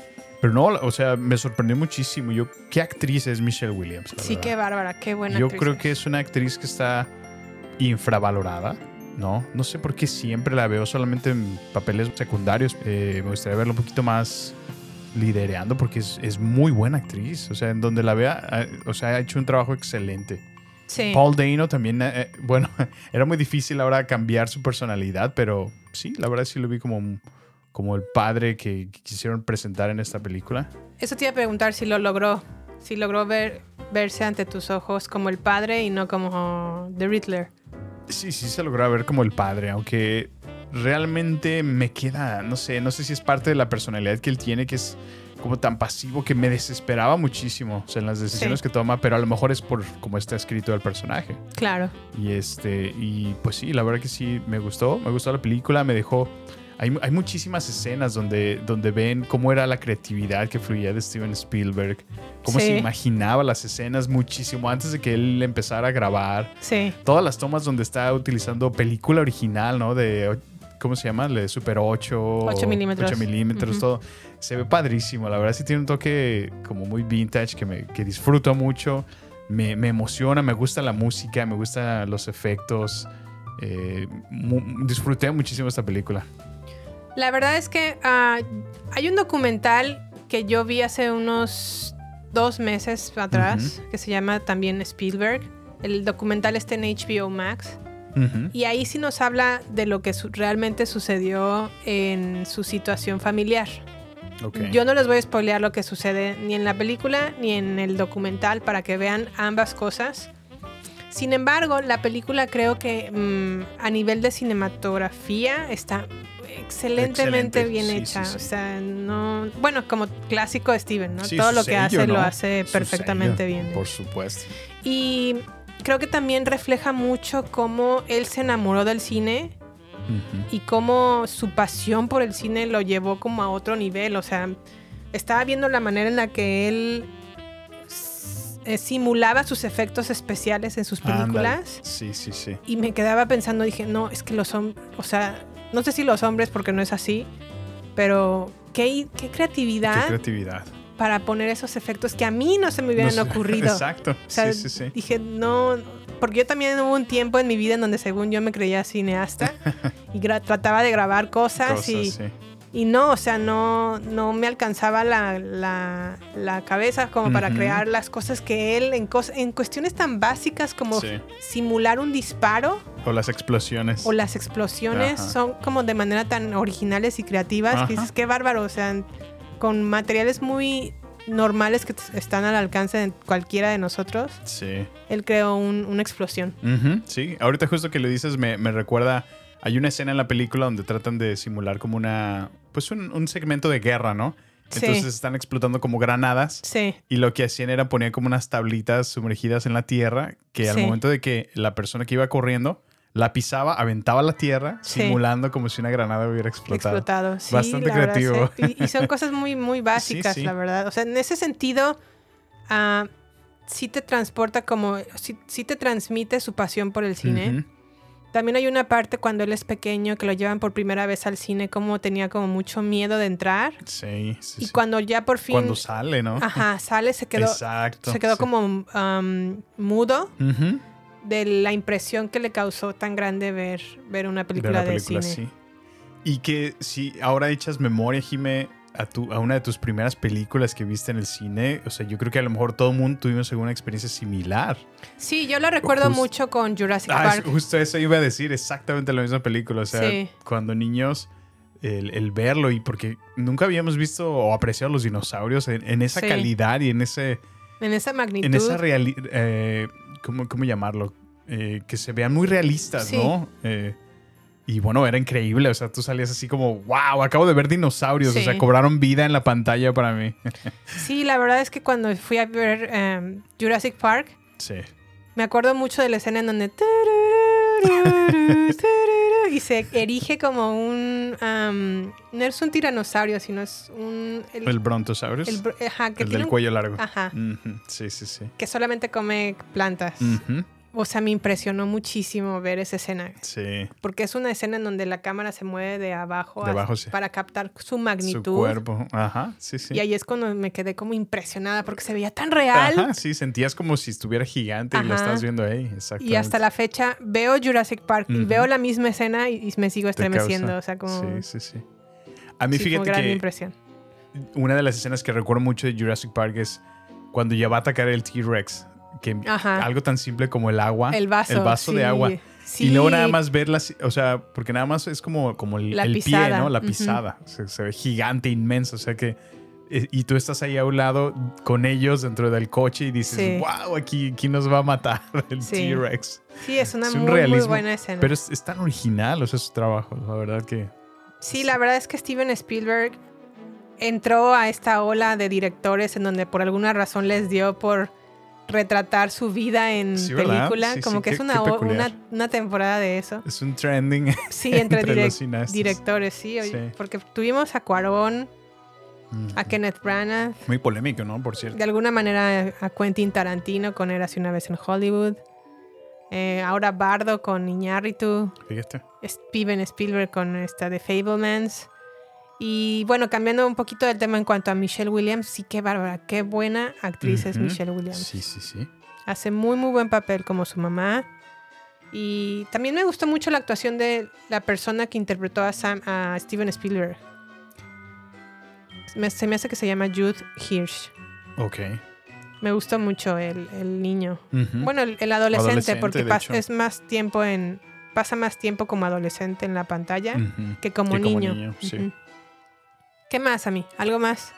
Speaker 6: Pero no, o sea, me sorprendió muchísimo. Yo, ¿Qué actriz es Michelle Williams? la
Speaker 5: Sí,
Speaker 6: verdad?
Speaker 5: qué bárbara, qué buena
Speaker 6: Yo
Speaker 5: actriz
Speaker 6: creo
Speaker 5: es.
Speaker 6: que es una actriz que está infravalorada, ¿no? No sé por qué siempre la veo solamente en papeles secundarios. Eh, me gustaría verla un poquito más lidereando porque es, es muy buena actriz. O sea, en donde la vea, ah, o sea, ha hecho un trabajo excelente.
Speaker 5: Sí.
Speaker 6: Paul Dano también, eh, bueno, *laughs* era muy difícil ahora cambiar su personalidad, pero sí, la verdad sí lo vi como, un- como el padre que que quisieron presentar en esta película.
Speaker 5: Eso te iba a preguntar si lo logró. Si logró ver, verse ante tus ojos como el padre y no como The Riddler.
Speaker 6: Sí, sí se logró ver como el padre, aunque realmente me queda, no sé, no sé si es parte de la personalidad que él tiene, que es como tan pasivo que me desesperaba muchísimo o sea, en las decisiones
Speaker 5: Sí.
Speaker 6: que toma, pero a lo mejor es por cómo está escrito el personaje.
Speaker 5: Claro.
Speaker 6: Y este, y pues sí, la verdad que sí me gustó, me gustó la película, me dejó. Hay, hay muchísimas escenas donde, donde ven cómo era la creatividad que fluía de Steven Spielberg, cómo
Speaker 5: Sí.
Speaker 6: se imaginaba las escenas muchísimo antes de que él empezara a grabar
Speaker 5: Sí.
Speaker 6: todas las tomas donde está utilizando película original, ¿no? De, o- ¿cómo se llama? De Super 8.
Speaker 5: 8 milímetros.
Speaker 6: 8 milímetros,
Speaker 5: Ujú.
Speaker 6: todo. Se ve padrísimo, la verdad sí tiene un toque como muy vintage que, me, que disfruto mucho. Me, me emociona, me gusta la música, me gustan los efectos. Eh, mu- disfruté muchísimo esta película.
Speaker 5: La verdad es que ah, hay un documental que yo vi hace unos dos meses atrás que se llama también Spielberg. El documental está en HBO Max.
Speaker 6: Ujú.
Speaker 5: Y ahí sí nos habla de lo que su- realmente sucedió en su situación familiar.
Speaker 6: Ok.
Speaker 5: Yo no les voy a spoilear lo que sucede ni en la película ni en el documental para que vean ambas cosas. Sin embargo, la película creo que mm, a nivel de cinematografía está excelentemente
Speaker 6: Excelente,
Speaker 5: bien
Speaker 6: sí,
Speaker 5: hecha.
Speaker 6: sí, sí.
Speaker 5: O sea, no. Bueno, como clásico de Steven, ¿no?
Speaker 6: Sí,
Speaker 5: Todo
Speaker 6: su
Speaker 5: lo que
Speaker 6: sello,
Speaker 5: hace lo
Speaker 6: ¿no?
Speaker 5: hace
Speaker 6: Su
Speaker 5: perfectamente
Speaker 6: sello,
Speaker 5: bien.
Speaker 6: Por supuesto.
Speaker 5: Y creo que también refleja mucho cómo él se enamoró del cine
Speaker 6: Ujú.
Speaker 5: y cómo su pasión por el cine lo llevó como a otro nivel. O sea, estaba viendo la manera en la que él s- eh, simulaba sus efectos especiales en sus
Speaker 6: Ándale.
Speaker 5: películas.
Speaker 6: Sí, sí, sí.
Speaker 5: Y me quedaba pensando, dije, no, es que los hombres, o sea, no sé si los hombres porque no es así, pero qué, qué
Speaker 6: Qué
Speaker 5: creatividad
Speaker 6: creatividad.
Speaker 5: para poner esos efectos que a mí no se me hubieran
Speaker 6: No sé. *laughs*
Speaker 5: ocurrido.
Speaker 6: Exacto.
Speaker 5: O sea,
Speaker 6: sí, sí, sí.
Speaker 5: Dije, no, porque yo también hubo un tiempo en mi vida en donde según yo me creía
Speaker 6: *laughs*
Speaker 5: cineasta y gra- trataba de grabar cosas,
Speaker 6: Cosas,
Speaker 5: y,
Speaker 6: sí.
Speaker 5: y no, o sea, no, no me alcanzaba la, la- la cabeza como para
Speaker 6: Ujú.
Speaker 5: crear las cosas que él, en, cos- en cuestiones tan básicas como
Speaker 6: Sí.
Speaker 5: simular un disparo
Speaker 6: O las explosiones.
Speaker 5: o las explosiones
Speaker 6: Ajá.
Speaker 5: son como de manera tan originales y creativas que
Speaker 6: Ajá.
Speaker 5: dices, qué bárbaro, o sea, con materiales muy normales que t- están al alcance de cualquiera de nosotros,
Speaker 6: Sí.
Speaker 5: él creó un- una explosión.
Speaker 6: Ujú, sí, ahorita justo que lo dices me, me recuerda, hay una escena en la película donde tratan de simular como una, pues un, un segmento de guerra, ¿no?
Speaker 5: Sí.
Speaker 6: Entonces están explotando como granadas
Speaker 5: Sí,
Speaker 6: y lo que hacían era poner como unas tablitas sumergidas en la tierra que al
Speaker 5: Sí.
Speaker 6: momento de que la persona que iba corriendo la pisaba, aventaba la tierra,
Speaker 5: Sí.
Speaker 6: simulando como si una granada hubiera explotado.
Speaker 5: explotado. Sí,
Speaker 6: Bastante
Speaker 5: la verdad,
Speaker 6: creativo.
Speaker 5: sí. Y, y son cosas muy, muy básicas,
Speaker 6: *laughs* sí.
Speaker 5: la verdad. O sea, en ese sentido, ah, sí te transporta como, sí, sí te transmite su pasión por el cine.
Speaker 6: Ujú.
Speaker 5: También hay una parte cuando él es pequeño que lo llevan por primera vez al cine, como tenía como mucho miedo de entrar.
Speaker 6: Sí, sí,
Speaker 5: Y
Speaker 6: sí.
Speaker 5: cuando ya por fin...
Speaker 6: Cuando sale, ¿no?
Speaker 5: Ajá, sale, se quedó,
Speaker 6: Exacto.
Speaker 5: se quedó
Speaker 6: sí.
Speaker 5: como um, mudo
Speaker 6: Ujú.
Speaker 5: de la impresión que le causó tan grande ver, ver una película
Speaker 6: Ver la
Speaker 5: de
Speaker 6: película,
Speaker 5: cine.
Speaker 6: sí. Y que si ahora echas memoria, Jime, a, tu, a una de tus primeras películas que viste en el cine, o sea, yo creo que a lo mejor todo el mundo tuvimos alguna experiencia similar.
Speaker 5: Sí, yo lo recuerdo
Speaker 6: Just-
Speaker 5: mucho con Jurassic
Speaker 6: Ah, es-
Speaker 5: Park.
Speaker 6: justo eso iba a decir, exactamente la misma película. O sea,
Speaker 5: Sí.
Speaker 6: cuando niños, el, el verlo y porque nunca habíamos visto o apreciado los dinosaurios en, en esa
Speaker 5: Sí.
Speaker 6: calidad y en ese
Speaker 5: En esa magnitud.
Speaker 6: en esa realidad, ¿cómo, cómo llamarlo? Eh, que se vean muy realistas,
Speaker 5: Sí.
Speaker 6: ¿no? Eh, y bueno, era increíble, o sea, tú salías así como, wow, acabo de ver dinosaurios, o
Speaker 5: Sí.
Speaker 6: sea, cobraron vida en la pantalla para mí. *laughs*
Speaker 5: Sí, la verdad es que cuando fui a ver em, Jurassic Park,
Speaker 6: sí.
Speaker 5: me acuerdo mucho de la escena en donde... Y se erige como un... am, no es un tiranosaurio, sino es un... El,
Speaker 6: El brontosaurus.
Speaker 5: el
Speaker 6: El,
Speaker 5: br- ajá, que tiene
Speaker 6: del
Speaker 5: un-
Speaker 6: cuello largo.
Speaker 5: Ajá.
Speaker 6: Ujú, Sí, sí, sí.
Speaker 5: que solamente come plantas.
Speaker 6: Ujú,
Speaker 5: O sea, me impresionó muchísimo ver esa escena.
Speaker 6: Sí.
Speaker 5: Porque es una escena en donde la cámara se mueve de abajo,
Speaker 6: De
Speaker 5: hacia-
Speaker 6: abajo, sí.
Speaker 5: para captar su
Speaker 6: Su
Speaker 5: magnitud.
Speaker 6: cuerpo. Ajá, sí, sí.
Speaker 5: Y ahí es cuando me quedé como impresionada porque se veía tan real.
Speaker 6: Ajá, sí, sentías como si estuviera gigante y lo
Speaker 5: Ajá.
Speaker 6: estás viendo ahí, exactamente.
Speaker 5: Y hasta la fecha veo Jurassic Park y
Speaker 6: Ujú.
Speaker 5: veo la misma escena y, y me sigo
Speaker 6: Te causa-
Speaker 5: estremeciendo. O sea, como.
Speaker 6: Sí, sí, sí. A mí
Speaker 5: sí, fue
Speaker 6: fíjate
Speaker 5: gran
Speaker 6: que
Speaker 5: impresión.
Speaker 6: una de las escenas que recuerdo mucho de Jurassic Park es cuando ya va a atacar el T-Rex. Que
Speaker 5: Ajá.
Speaker 6: algo tan simple como ah, el agua.
Speaker 5: El vaso, sí,
Speaker 6: de agua.
Speaker 5: sí.
Speaker 6: Y luego nada más verlas, o sea, porque nada más es como, como el,
Speaker 5: La
Speaker 6: el pie,
Speaker 5: pisada,
Speaker 6: ¿no? La
Speaker 5: ujú.
Speaker 6: pisada. O sea, se, ve gigante, inmenso. O sea que. eh, Y tú estás ahí a un lado con ellos dentro del coche y dices,
Speaker 5: Sí.
Speaker 6: wow, aquí, aquí nos va a matar *laughs* el
Speaker 5: Sí.
Speaker 6: T-Rex.
Speaker 5: Sí, es una
Speaker 6: Es un
Speaker 5: muy, muy
Speaker 6: realismo,
Speaker 5: buena escena.
Speaker 6: Pero es, es tan original, o sea, su trabajo. La verdad que.
Speaker 5: Sí, la verdad es que Steven Spielberg entró a esta ola de directores en donde por alguna razón les dio por retratar su vida en
Speaker 6: Sí, ¿verdad?
Speaker 5: película,
Speaker 6: Sí,
Speaker 5: como
Speaker 6: sí,
Speaker 5: que es
Speaker 6: qué-
Speaker 5: una,
Speaker 6: qué
Speaker 5: o- una,
Speaker 6: peculiar.
Speaker 5: una temporada de eso.
Speaker 6: Es un trending. *laughs*
Speaker 5: Sí, entre,
Speaker 6: Entre los
Speaker 5: direc-
Speaker 6: cineastas.
Speaker 5: directores, sí, oye,
Speaker 6: Sí.
Speaker 5: porque tuvimos a Cuarón, a
Speaker 6: Ujú.
Speaker 5: Kenneth Branagh,
Speaker 6: Muy polémico, ¿no? Por cierto.
Speaker 5: de alguna manera a Quentin Tarantino con Érase una vez en Hollywood, eh, ahora Bardo con Iñárritu,
Speaker 6: Fíjate.
Speaker 5: Steven Spielberg con esta de Fablemans. Y bueno, cambiando un poquito del tema en cuanto a Michelle Williams, sí que bárbara, qué buena actriz es
Speaker 6: Ujú.
Speaker 5: Michelle Williams.
Speaker 6: Sí, sí, sí.
Speaker 5: Hace muy muy buen papel como su mamá. Y también me gustó mucho la actuación de la persona que interpretó a Sam a Steven Spielberg. Me- se me hace que se llama Jude Hirsch.
Speaker 6: Ok.
Speaker 5: Me gustó mucho el, el niño.
Speaker 6: Ujú.
Speaker 5: Bueno, el, el adolescente,
Speaker 6: Adolescente,
Speaker 5: porque
Speaker 6: de
Speaker 5: pas-
Speaker 6: hecho.
Speaker 5: es más tiempo en. pasa más tiempo como adolescente en la pantalla
Speaker 6: Ujú.
Speaker 5: que como
Speaker 6: Que como
Speaker 5: niño.
Speaker 6: niño, sí.
Speaker 5: Ujú. ¿Qué más a mí? ¿Algo más?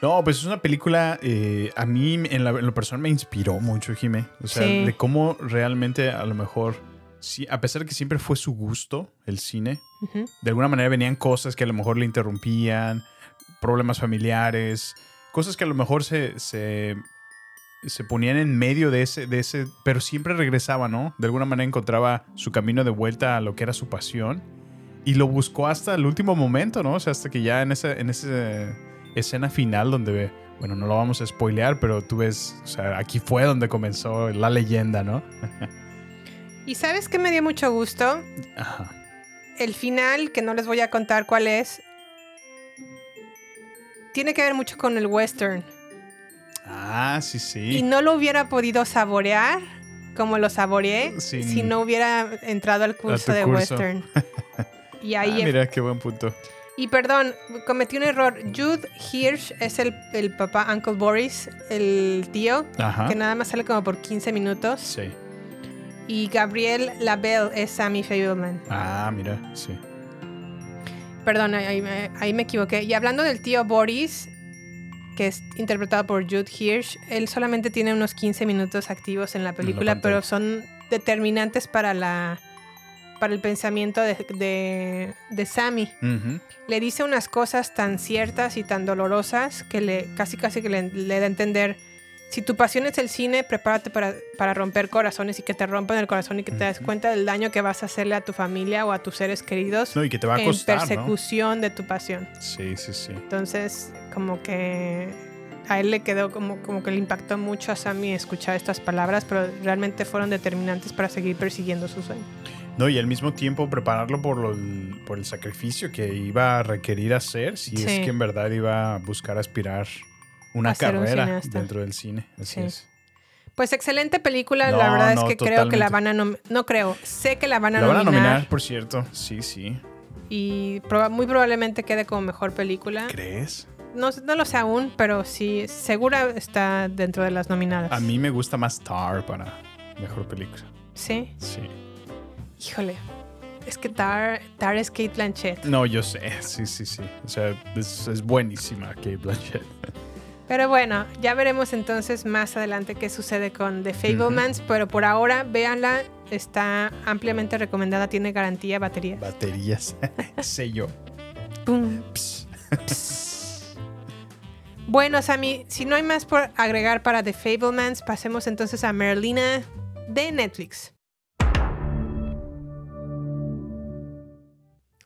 Speaker 6: No, pues es una película, eh, a mí en, la, en lo personal me inspiró mucho, Jimé. O sea,
Speaker 5: Sí.
Speaker 6: de cómo realmente a lo mejor, sí, a pesar de que siempre fue su gusto el cine,
Speaker 5: Ujú.
Speaker 6: de alguna manera venían cosas que a lo mejor le interrumpían, problemas familiares, cosas que a lo mejor se, se, se ponían en medio de ese, de ese, pero siempre regresaba, ¿no? De alguna manera encontraba su camino de vuelta a lo que era su pasión y lo buscó hasta el último momento, ¿no? O sea, hasta que ya en esa, en esa escena final donde Bueno, no lo vamos a spoilear, pero tú ves, o sea, aquí fue donde comenzó la leyenda, ¿no?
Speaker 5: ¿Y sabes qué me dio mucho gusto?
Speaker 6: Ajá.
Speaker 5: El final, que no les voy a contar cuál es, tiene que ver mucho con el western.
Speaker 6: Ah, sí, sí.
Speaker 5: Y no lo hubiera podido saborear como lo saboreé
Speaker 6: Sin-
Speaker 5: si no hubiera entrado al curso
Speaker 6: tu
Speaker 5: de
Speaker 6: curso. *laughs*
Speaker 5: western. Y
Speaker 6: Ah,
Speaker 5: ahí
Speaker 6: mira, qué buen punto.
Speaker 5: Y perdón, cometí un error. Jude Hirsch es el, el papá, Uncle Boris, el tío,
Speaker 6: Ajá.
Speaker 5: que nada más sale como por 15 minutos.
Speaker 6: Ah. Sí.
Speaker 5: Y Gabriel Labelle es Sammy Fableman.
Speaker 6: Ah, mira, sí.
Speaker 5: Perdón, ahí, ahí me- ahí me equivoqué. Y hablando del tío Boris, que es interpretado por Jude Hirsch, él solamente tiene unos 15 minutos activos en la película,
Speaker 6: pantalla.
Speaker 5: pero son determinantes para la para el pensamiento de, de, de Sammy.
Speaker 6: Ujú.
Speaker 5: le dice unas cosas tan ciertas y tan dolorosas que le casi casi que le, le da a entender si tu pasión es el cine, prepárate para, para romper corazones y que te rompan el corazón y que te das cuenta del daño que vas a hacerle a tu familia o a tus seres queridos
Speaker 6: No, y que te va a
Speaker 5: en
Speaker 6: costar, ¿no?
Speaker 5: persecución de tu pasión.
Speaker 6: Sí, sí, sí.
Speaker 5: Entonces, como que a él le quedó como, como que le impactó mucho a Sammy escuchar estas palabras, pero realmente fueron determinantes para seguir persiguiendo su sueño.
Speaker 6: No, y al mismo tiempo prepararlo por, lo- por el sacrificio que iba a requerir hacer si es
Speaker 5: Sí.
Speaker 6: que en verdad iba a buscar aspirar una
Speaker 5: A ser un
Speaker 6: carrera
Speaker 5: cineasta.
Speaker 6: dentro del cine. Así
Speaker 5: Sí.
Speaker 6: es.
Speaker 5: Pues excelente película,
Speaker 6: No,
Speaker 5: la verdad
Speaker 6: no,
Speaker 5: es que creo que la
Speaker 6: totalmente.
Speaker 5: van a nom- no creo, sé que la van a,
Speaker 6: La van a
Speaker 5: nominar,
Speaker 6: nominar, por cierto. Sí, sí.
Speaker 5: y proba- muy probablemente quede como mejor película.
Speaker 6: Ah. ¿Crees?
Speaker 5: No, no lo sé aún, pero sí segura está dentro de las nominadas.
Speaker 6: A mí me gusta más Tar para mejor película.
Speaker 5: Sí,
Speaker 6: Sí.
Speaker 5: híjole. Es que Tar, Tar es Kate Blanchett.
Speaker 6: No, yo sé. Sí, sí, sí. O sea, es, es buenísima Kate Blanchett.
Speaker 5: Pero bueno, ya veremos entonces más adelante qué sucede con The Fablemans, pero por ahora véanla, está ampliamente recomendada, tiene garantía batería.
Speaker 6: *laughs* Baterías. Sello.
Speaker 5: Pum. Bueno, Sammy, si no hay más por agregar para The Fablemans, pasemos entonces a Merlina de Netflix.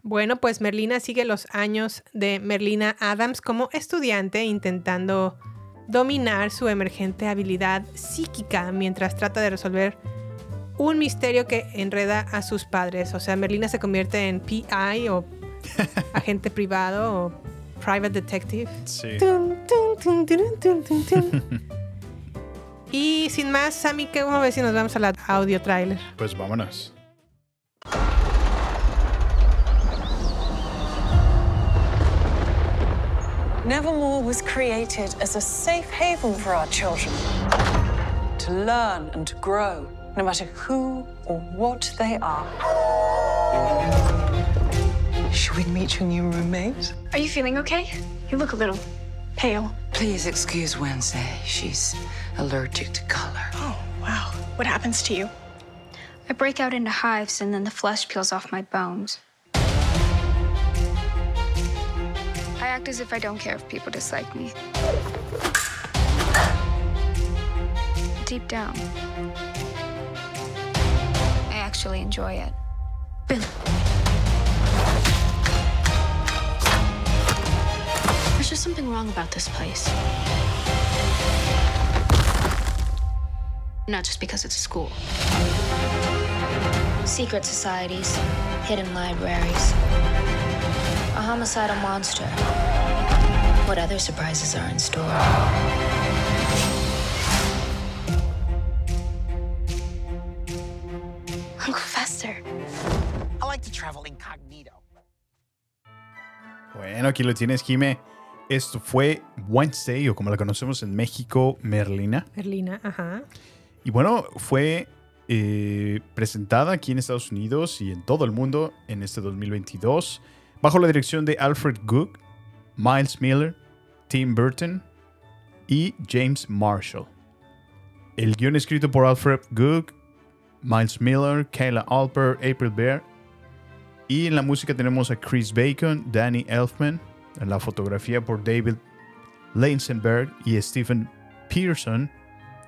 Speaker 5: Bueno, pues Merlina sigue los años de Merlina Adams como estudiante intentando dominar su emergente habilidad psíquica mientras trata de resolver un misterio que enreda a sus padres. O sea, Merlina se convierte en PI o agente privado o private detective.
Speaker 6: Sí.
Speaker 5: Tun, tun, tun, turun, tun, tun, tun. y sin más, Sammy, ¿qué vamos a ver si nos vamos a la audio trailer?
Speaker 6: Pues vámonos.
Speaker 12: Nevermore was created as a safe haven for our children to learn and to grow, no matter who or what they are. Should we meet your new roommate?
Speaker 13: Are you feeling okay? You look a little pale.
Speaker 14: Please excuse Wednesday. She's allergic to color.
Speaker 13: Oh, wow. What happens to you?
Speaker 15: I break out into hives and then the flesh peels off my bones. I act as if I don't care if people dislike me. Deep down, I actually enjoy it. Billy.
Speaker 16: There's just something wrong about this place. Not just because it's a school.
Speaker 15: Secret societies, hidden libraries, a homicidal monster.
Speaker 16: What other surprises are in store?
Speaker 13: Uncle Fester.
Speaker 2: I like to travel incognito.
Speaker 6: Bueno, aquí lo tienes, Jime. Esto fue Wednesday, o como la conocemos en México, Merlina.
Speaker 5: Merlina, ajá.
Speaker 6: Y bueno, fue eh, presentada aquí en Estados Unidos y en todo el mundo en este 2022, bajo la dirección de Alfred Gook, Miles Miller, Tim Burton y James Marshall. El guión escrito por Alfred Gook, Miles Miller, Kayla Alper, April Bear. Y en la música tenemos a Chris Bacon, Danny Elfman. En la fotografía por David Leinsenberg y Stephen Pearson.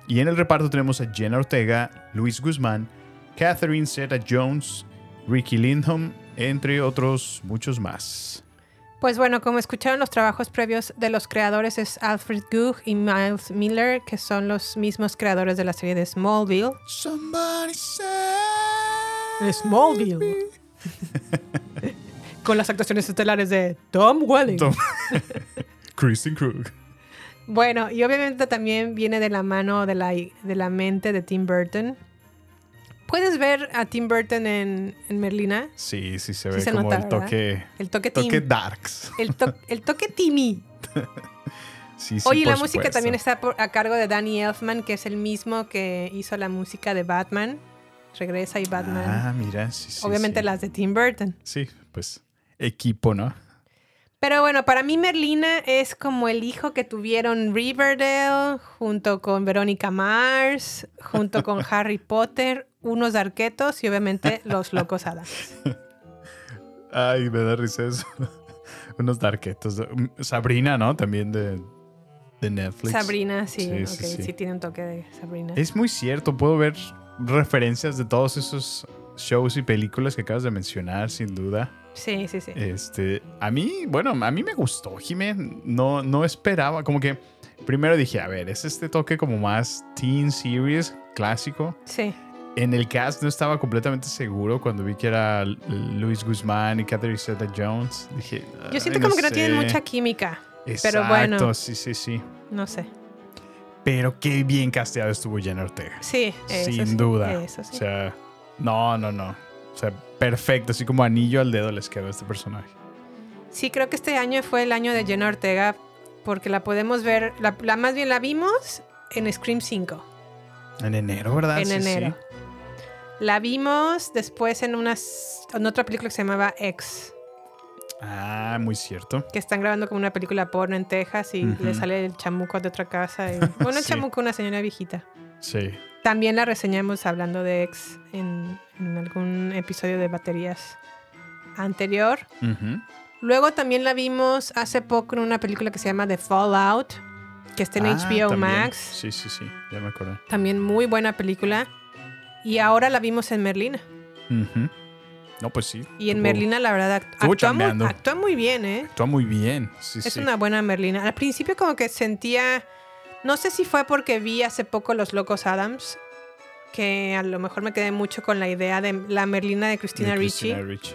Speaker 6: Y en el reparto tenemos a Jenna Ortega, Luis Guzmán, Catherine Zeta Jones, Ricky Lindholm, entre otros muchos más.
Speaker 5: Pues bueno, como escucharon, los trabajos previos de los creadores es Alfred Goog y Miles Miller, que son los mismos creadores de la serie de Smallville. Smallville. Con las actuaciones estelares de Tom Welling. *laughs*
Speaker 6: Tom- Kristen Krug.
Speaker 5: Bueno, y obviamente también viene de la mano de la, de la mente de Tim Burton. ¿Puedes ver a Tim Burton en, en Merlina?
Speaker 6: Sí, sí se
Speaker 5: Sí
Speaker 6: ve
Speaker 5: se
Speaker 6: como
Speaker 5: nota,
Speaker 6: el
Speaker 5: ¿verdad?
Speaker 6: toque.
Speaker 5: El toque
Speaker 6: toque
Speaker 5: Tim.
Speaker 6: Darks.
Speaker 5: El, to- el toque Timmy.
Speaker 6: Sí, sí,
Speaker 5: Oye, la
Speaker 6: por
Speaker 5: música
Speaker 6: supuesto.
Speaker 5: también está por- a cargo de Danny Elfman, que es el mismo que hizo la música de Batman. Regresa y Batman.
Speaker 6: Ah, mira, sí, sí.
Speaker 5: obviamente
Speaker 6: sí.
Speaker 5: las de Tim Burton.
Speaker 6: Sí, pues equipo, ¿no?
Speaker 5: Pero bueno, para mí Merlina es como el hijo que tuvieron Riverdale junto con Verónica Mars, junto
Speaker 6: *laughs*
Speaker 5: con Harry Potter, unos arquetos y obviamente los locos Adams.
Speaker 6: Ay, me da risa eso. *laughs* Unos darketos. Sabrina, ¿no? También de, de Netflix.
Speaker 5: Sabrina, sí, ok, sí,
Speaker 6: sí.
Speaker 5: tiene un toque de Sabrina.
Speaker 6: Es muy cierto, puedo ver referencias de todos esos shows y películas que acabas de mencionar, sin duda.
Speaker 5: Sí, sí, sí.
Speaker 6: Este, a mí, bueno, a mí me gustó, Jimé. No, no esperaba, como que primero dije, a ver, es este toque como más teen series clásico.
Speaker 5: Sí.
Speaker 6: En el cast no estaba completamente seguro cuando vi que era L- Luis Guzmán y Catherine Zeta-Jones. Dije,
Speaker 5: Yo siento
Speaker 6: "Ay,
Speaker 5: como que no tienen
Speaker 6: sé".
Speaker 5: mucha química.
Speaker 6: Exacto,
Speaker 5: pero bueno,
Speaker 6: sí, sí, sí.
Speaker 5: no sé.
Speaker 6: Pero qué bien casteado estuvo Jenna Ortega.
Speaker 5: Sí, eso
Speaker 6: Sin
Speaker 5: sí,
Speaker 6: duda.
Speaker 5: eso sí.
Speaker 6: O sea, no, no, no. O sea, perfecto. Así como anillo al dedo les quedó a este personaje.
Speaker 5: Sí, creo que este año fue el año de Jenna Ortega porque la podemos ver, la, la- más bien la vimos en Scream 5.
Speaker 6: En enero, ¿verdad?
Speaker 5: En
Speaker 6: Sí, sí.
Speaker 5: enero. La vimos después en, unas, en otra película que se llamaba X,
Speaker 6: Ah, muy cierto.
Speaker 5: que están grabando como una película porno en Texas y
Speaker 6: Ujú.
Speaker 5: le sale el chamuco de otra
Speaker 6: *laughs*
Speaker 5: casa. y- bueno, el
Speaker 6: Sí.
Speaker 5: chamuco, una señora viejita.
Speaker 6: Sí.
Speaker 5: También la reseñamos hablando de X en, en algún episodio de baterías anterior.
Speaker 6: Ujú.
Speaker 5: Luego también la vimos hace poco en una película que se llama The Fallout, que está en
Speaker 6: Ah,
Speaker 5: HBO
Speaker 6: también.
Speaker 5: Max.
Speaker 6: Sí, sí, sí. Ya me acordé.
Speaker 5: También muy buena película. Y ahora la vimos en Merlina.
Speaker 6: Ujú. No, pues sí.
Speaker 5: Y en
Speaker 6: tuvo-
Speaker 5: Merlina, la verdad, act-
Speaker 6: Estuvo
Speaker 5: actúa muy,
Speaker 6: chambeando.
Speaker 5: actúa muy bien, ¿eh?
Speaker 6: Actúa muy bien. Sí,
Speaker 5: es
Speaker 6: sí.
Speaker 5: una buena Merlina. Al principio como que sentía, no sé si fue porque vi hace poco Los Locos Adams, que a lo mejor me quedé mucho con la idea de la Merlina de Christina
Speaker 6: De
Speaker 5: Ricci,
Speaker 6: Christina Ricci.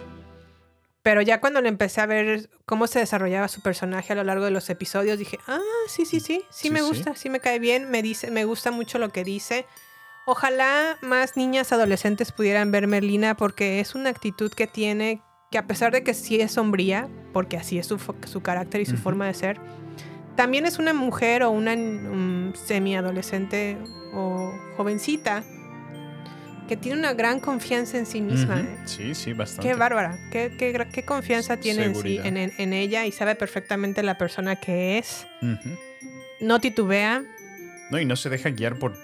Speaker 5: pero ya cuando le empecé a ver cómo se desarrollaba su personaje a lo largo de los episodios, dije, ah, sí, sí, sí, sí,
Speaker 6: Sí,
Speaker 5: me
Speaker 6: sí.
Speaker 5: gusta, sí me cae bien, me, dice, me gusta mucho lo que dice. Ojalá más niñas adolescentes pudieran ver Merlina porque es una actitud que tiene que a pesar de que sí es sombría, porque así es su, fo- su carácter y su
Speaker 17: Ujú.
Speaker 5: forma de ser, también es una mujer o una mm, semi-adolescente o jovencita que tiene una gran confianza en sí misma.
Speaker 6: Ujú.
Speaker 5: ¿eh?
Speaker 6: Sí, sí, bastante.
Speaker 5: Qué bárbara, qué, qué gra- qué confianza tiene en, sí-
Speaker 6: Seguridad.
Speaker 5: en- en- en ella y sabe perfectamente la persona que es.
Speaker 6: Ujú.
Speaker 5: No titubea.
Speaker 6: No, y no se deja guiar por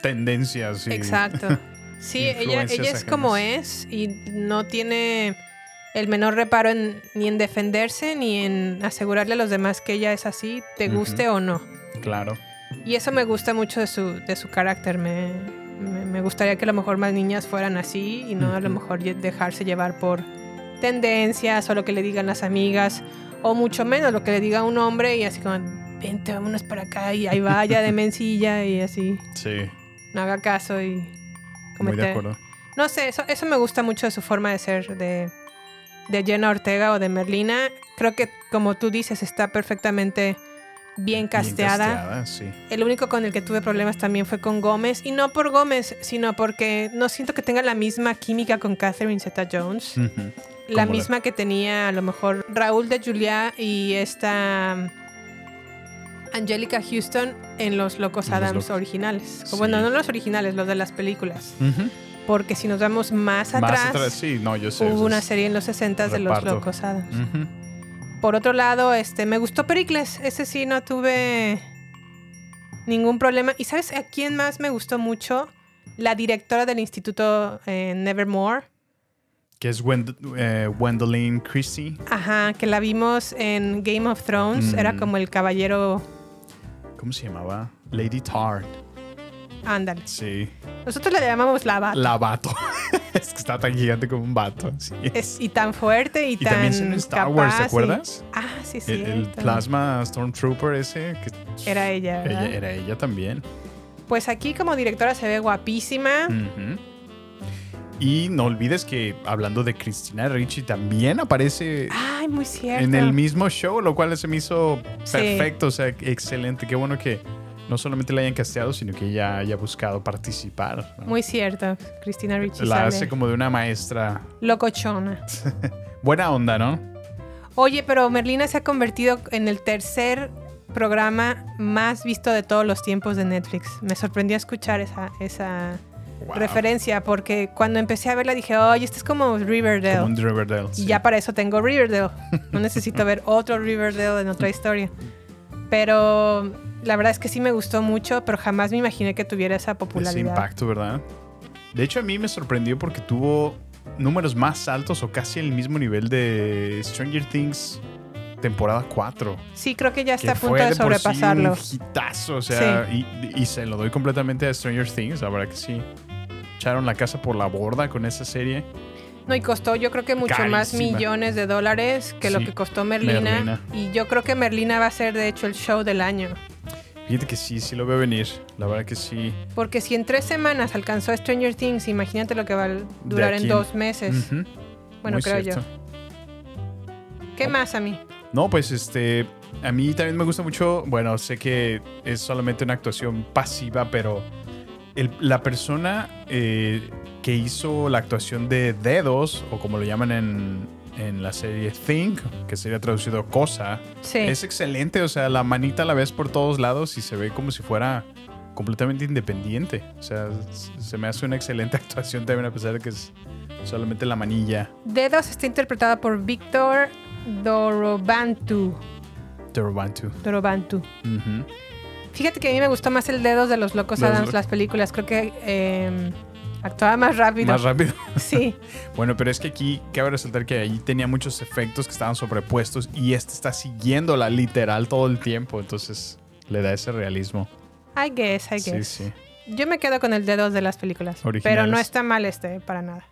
Speaker 6: tendencias. y-
Speaker 5: Exacto.
Speaker 6: *laughs*
Speaker 5: Sí, ella,
Speaker 6: Influencias
Speaker 5: ella es como es y no tiene el menor reparo en- ni en defenderse ni en asegurarle a los demás que ella es así, te
Speaker 6: Ujú.
Speaker 5: guste o no.
Speaker 6: Claro.
Speaker 5: Y eso me gusta mucho de su, de su carácter. Me, me- me gustaría que a lo mejor más niñas fueran así y no a lo
Speaker 17: Ujú.
Speaker 5: mejor ye- dejarse llevar por tendencias o lo que le digan las amigas o mucho menos lo que le diga un hombre y así como, vente, vámonos para acá y ahí vaya de mencilla y así,
Speaker 6: Sí,
Speaker 5: no haga caso y
Speaker 6: muy de
Speaker 5: comete-
Speaker 6: acuerdo.
Speaker 5: No sé, eso, eso me gusta mucho de su forma de ser de, de Jenna Ortega o de Merlina. Creo que como tú dices, está perfectamente bien casteada.
Speaker 6: Bien casteada, sí.
Speaker 5: El único con el que tuve problemas también fue con Gómez. Y no por Gómez, sino porque no siento que tenga la misma química con Catherine Zeta Jones.
Speaker 6: Ujú.
Speaker 5: La
Speaker 6: Como
Speaker 5: misma que tenía a lo mejor Raúl de Julia y esta um, Angelica Houston en los Locos
Speaker 17: En Los
Speaker 5: Adams
Speaker 17: Locos.
Speaker 5: originales. O
Speaker 6: Sí.
Speaker 5: Bueno, no los originales, los de las películas.
Speaker 6: Ujú.
Speaker 5: Porque si nos vamos más
Speaker 6: Más
Speaker 5: atrás,
Speaker 6: atrás, sí, no, yo sé.
Speaker 5: hubo
Speaker 6: eso
Speaker 5: una
Speaker 6: es
Speaker 5: serie en los 60 de los
Speaker 6: reparto.
Speaker 5: Locos Adams.
Speaker 6: Ujú.
Speaker 5: Por otro lado, este, me gustó Pericles. Ese sí no tuve ningún problema. ¿Y sabes a quién más me gustó mucho? La directora del instituto eh, Nevermore.
Speaker 6: Que es Wend eh, Wendelin Christie.
Speaker 5: Ajá, que la vimos en Game of Thrones. Era
Speaker 6: Mm.
Speaker 5: como el caballero.
Speaker 6: ¿Cómo se llamaba? Lady Tard.
Speaker 5: Ándale.
Speaker 6: Sí.
Speaker 5: Nosotros la llamamos la Bata.
Speaker 6: Lavato. *laughs* es que está tan gigante como un vato. así
Speaker 5: Es- y tan fuerte y,
Speaker 6: Y
Speaker 5: tan
Speaker 6: también salió en Star Wars, ¿te
Speaker 5: capaz y-
Speaker 6: acuerdas?
Speaker 5: Ah, sí, sí.
Speaker 6: El, el plasma Stormtrooper ese. Que
Speaker 5: Era ella,
Speaker 6: Ella-
Speaker 5: ¿verdad?
Speaker 6: era ella también.
Speaker 5: Pues aquí como directora se ve guapísima.
Speaker 6: Ujú. Y no olvides que hablando de Cristina Ricci también aparece
Speaker 5: Ay, muy cierto.
Speaker 6: en el mismo show, lo cual se me hizo perfecto, o sea, excelente. Qué bueno que no solamente la hayan casteado, sino que ella haya buscado participar. ¿no?
Speaker 5: Muy cierto. Cristina Ricci
Speaker 6: La
Speaker 5: sale
Speaker 6: hace como de una maestra.
Speaker 5: locochona.
Speaker 6: Buena onda, ¿no?
Speaker 5: Oye, pero Merlina se ha convertido en el tercer programa más visto de todos los tiempos de Netflix. Me sorprendió escuchar esa, esa referencia porque cuando empecé a verla dije, oye, esto es como Riverdale.
Speaker 6: Como un Riverdale.
Speaker 5: Y
Speaker 6: sí.
Speaker 5: ya para eso tengo Riverdale.
Speaker 6: *laughs*
Speaker 5: No necesito ver otro Riverdale en otra historia. Pero la verdad es que sí me gustó mucho, pero jamás me imaginé que tuviera esa popularidad.
Speaker 6: Ese impacto, ¿verdad? De hecho, a mí me sorprendió porque tuvo números más altos o casi el mismo nivel de Stranger Things temporada 4.
Speaker 5: Sí, creo que ya está
Speaker 6: que
Speaker 5: a punto
Speaker 6: fue
Speaker 5: de,
Speaker 6: por sí
Speaker 5: sobrepasarlo.
Speaker 6: un hitazo, o sea, y, y se lo doy completamente a Stranger Things, la verdad que sí. Echaron la casa por la borda con esa serie.
Speaker 5: No, y costó yo creo que mucho más
Speaker 6: Carísima.
Speaker 5: millones de dólares que lo
Speaker 6: Sí,
Speaker 5: que costó Merlina,
Speaker 6: Merlina.
Speaker 5: Y yo creo que Merlina va a ser de hecho el show del año.
Speaker 6: Fíjate que sí, sí lo veo venir. La verdad que sí.
Speaker 5: Porque si en tres semanas alcanzó Stranger Things, imagínate lo que va a durar
Speaker 6: De aquí
Speaker 5: en dos meses.
Speaker 6: Ujú.
Speaker 5: Bueno,
Speaker 6: Muy
Speaker 5: creo
Speaker 6: cierto.
Speaker 5: yo. ¿Qué más a mí?
Speaker 6: No, pues este, a mí también me gusta mucho, bueno, sé que es solamente una actuación pasiva, pero el- la persona eh, que hizo la actuación de dedos, o como lo llaman en, en la serie Think, que sería traducido cosa,
Speaker 5: Sí.
Speaker 6: es excelente, o sea, la manita la ves por todos lados y se ve como si fuera completamente independiente, o sea, s- se me hace una excelente *laughs* actuación también a pesar de que es solamente la manilla.
Speaker 5: Dedos está interpretada por Víctor Dorobantu.
Speaker 6: de Robantu.
Speaker 5: Dorobantu.
Speaker 6: Ujú.
Speaker 5: Fíjate que a mí me gustó más el Dedos de los Locos
Speaker 6: Los
Speaker 5: Adams,
Speaker 6: lo-
Speaker 5: las películas. Creo que eh, actuaba más rápido.
Speaker 6: Más rápido. *laughs*
Speaker 5: Sí.
Speaker 6: Bueno, pero es que aquí cabe resaltar que allí tenía muchos efectos que estaban sobrepuestos y este está siguiéndola literal todo el tiempo, entonces le da ese realismo.
Speaker 5: I guess, I
Speaker 6: Sí,
Speaker 5: guess.
Speaker 6: sí.
Speaker 5: Yo me quedo con el Dedos de las películas. Pero
Speaker 6: Originales.
Speaker 5: no está mal este, para nada.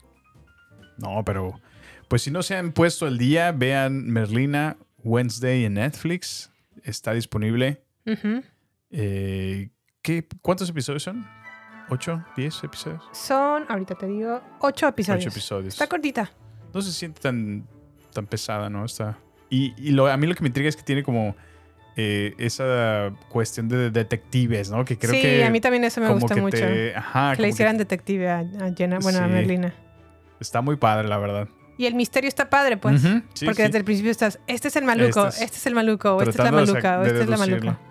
Speaker 6: No, pero pues si no se han puesto al día, vean Merlina Wednesday en Netflix, está disponible.
Speaker 5: Ujú.
Speaker 6: Eh, ¿qué, ¿Cuántos episodios son? ¿Ocho? ¿Diez episodios?
Speaker 5: Son, ahorita te digo, ocho episodios.
Speaker 6: Ocho episodios.
Speaker 5: Está cortita.
Speaker 6: no se siente tan, tan pesada, ¿no? Está. Y, y lo, a mí lo que me intriga es que tiene como eh, esa cuestión de detectives, ¿no? Que creo
Speaker 5: sí,
Speaker 6: que.
Speaker 5: a mí también eso me
Speaker 6: como
Speaker 5: gusta
Speaker 6: que
Speaker 5: mucho.
Speaker 6: te- ajá,
Speaker 5: que le
Speaker 6: como
Speaker 5: hicieran detective a, a Jenna, bueno, a
Speaker 6: Sí.
Speaker 5: Merlina.
Speaker 6: Está muy padre, la verdad.
Speaker 5: Y el misterio está padre, pues.
Speaker 6: Ujú, sí,
Speaker 5: porque
Speaker 6: sí.
Speaker 5: desde el principio estás, este es el maluco, este
Speaker 6: Este es-
Speaker 5: es, el maluco, o esta es la
Speaker 6: Tratando de sac-
Speaker 5: maluca, o
Speaker 6: de
Speaker 5: esta es la maluca.
Speaker 6: deducirlo.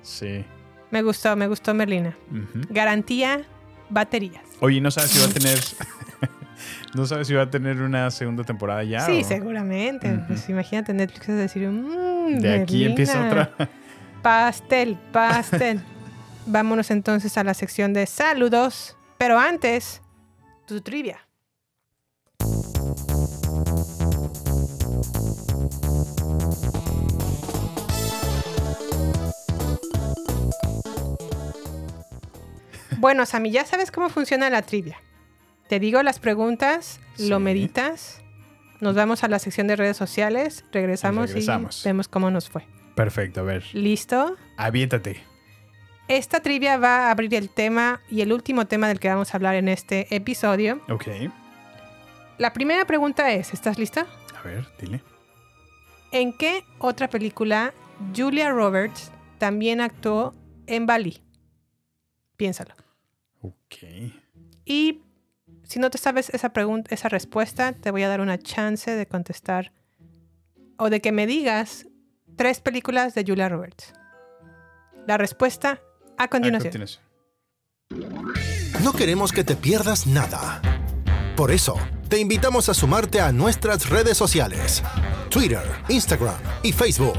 Speaker 6: Sí.
Speaker 5: Me gustó, me gustó Merlina.
Speaker 6: Ujú.
Speaker 5: Garantía, baterías.
Speaker 6: Oye, ¿no sabes si va a tener. *laughs* no sabes si va a tener una segunda temporada ya?
Speaker 5: sí,
Speaker 6: o-
Speaker 5: seguramente.
Speaker 6: Ujú.
Speaker 5: Pues imagínate Netflix es decir, mmm,
Speaker 6: De aquí empieza otra. *laughs*
Speaker 5: Pastel, pastel. Vámonos entonces a la sección de saludos, pero antes, tu trivia. Bueno, Sammy, ya sabes cómo funciona la trivia. Te digo las preguntas, lo
Speaker 6: Sí.
Speaker 5: meditas, nos vamos a la sección de redes sociales, regresamos,
Speaker 6: Regresamos.
Speaker 5: y vemos cómo nos fue.
Speaker 6: Perfecto, a ver.
Speaker 5: ¿Listo?
Speaker 6: Aviéntate.
Speaker 5: Esta trivia va a abrir el tema y el último tema del que vamos a hablar en este episodio.
Speaker 6: Ok.
Speaker 5: La primera pregunta es, ¿estás lista?
Speaker 6: A ver, dile.
Speaker 5: ¿En qué otra película Julia Roberts también actuó en Bali? Piénsalo.
Speaker 6: Ok.
Speaker 5: Y si no te sabes esa pregunta, esa respuesta, te voy a dar una chance de contestar o de que me digas tres películas de Julia Roberts. La respuesta a continuación.
Speaker 1: No queremos que te pierdas nada. Por eso, te invitamos a sumarte a nuestras redes sociales. Twitter, Instagram y Facebook.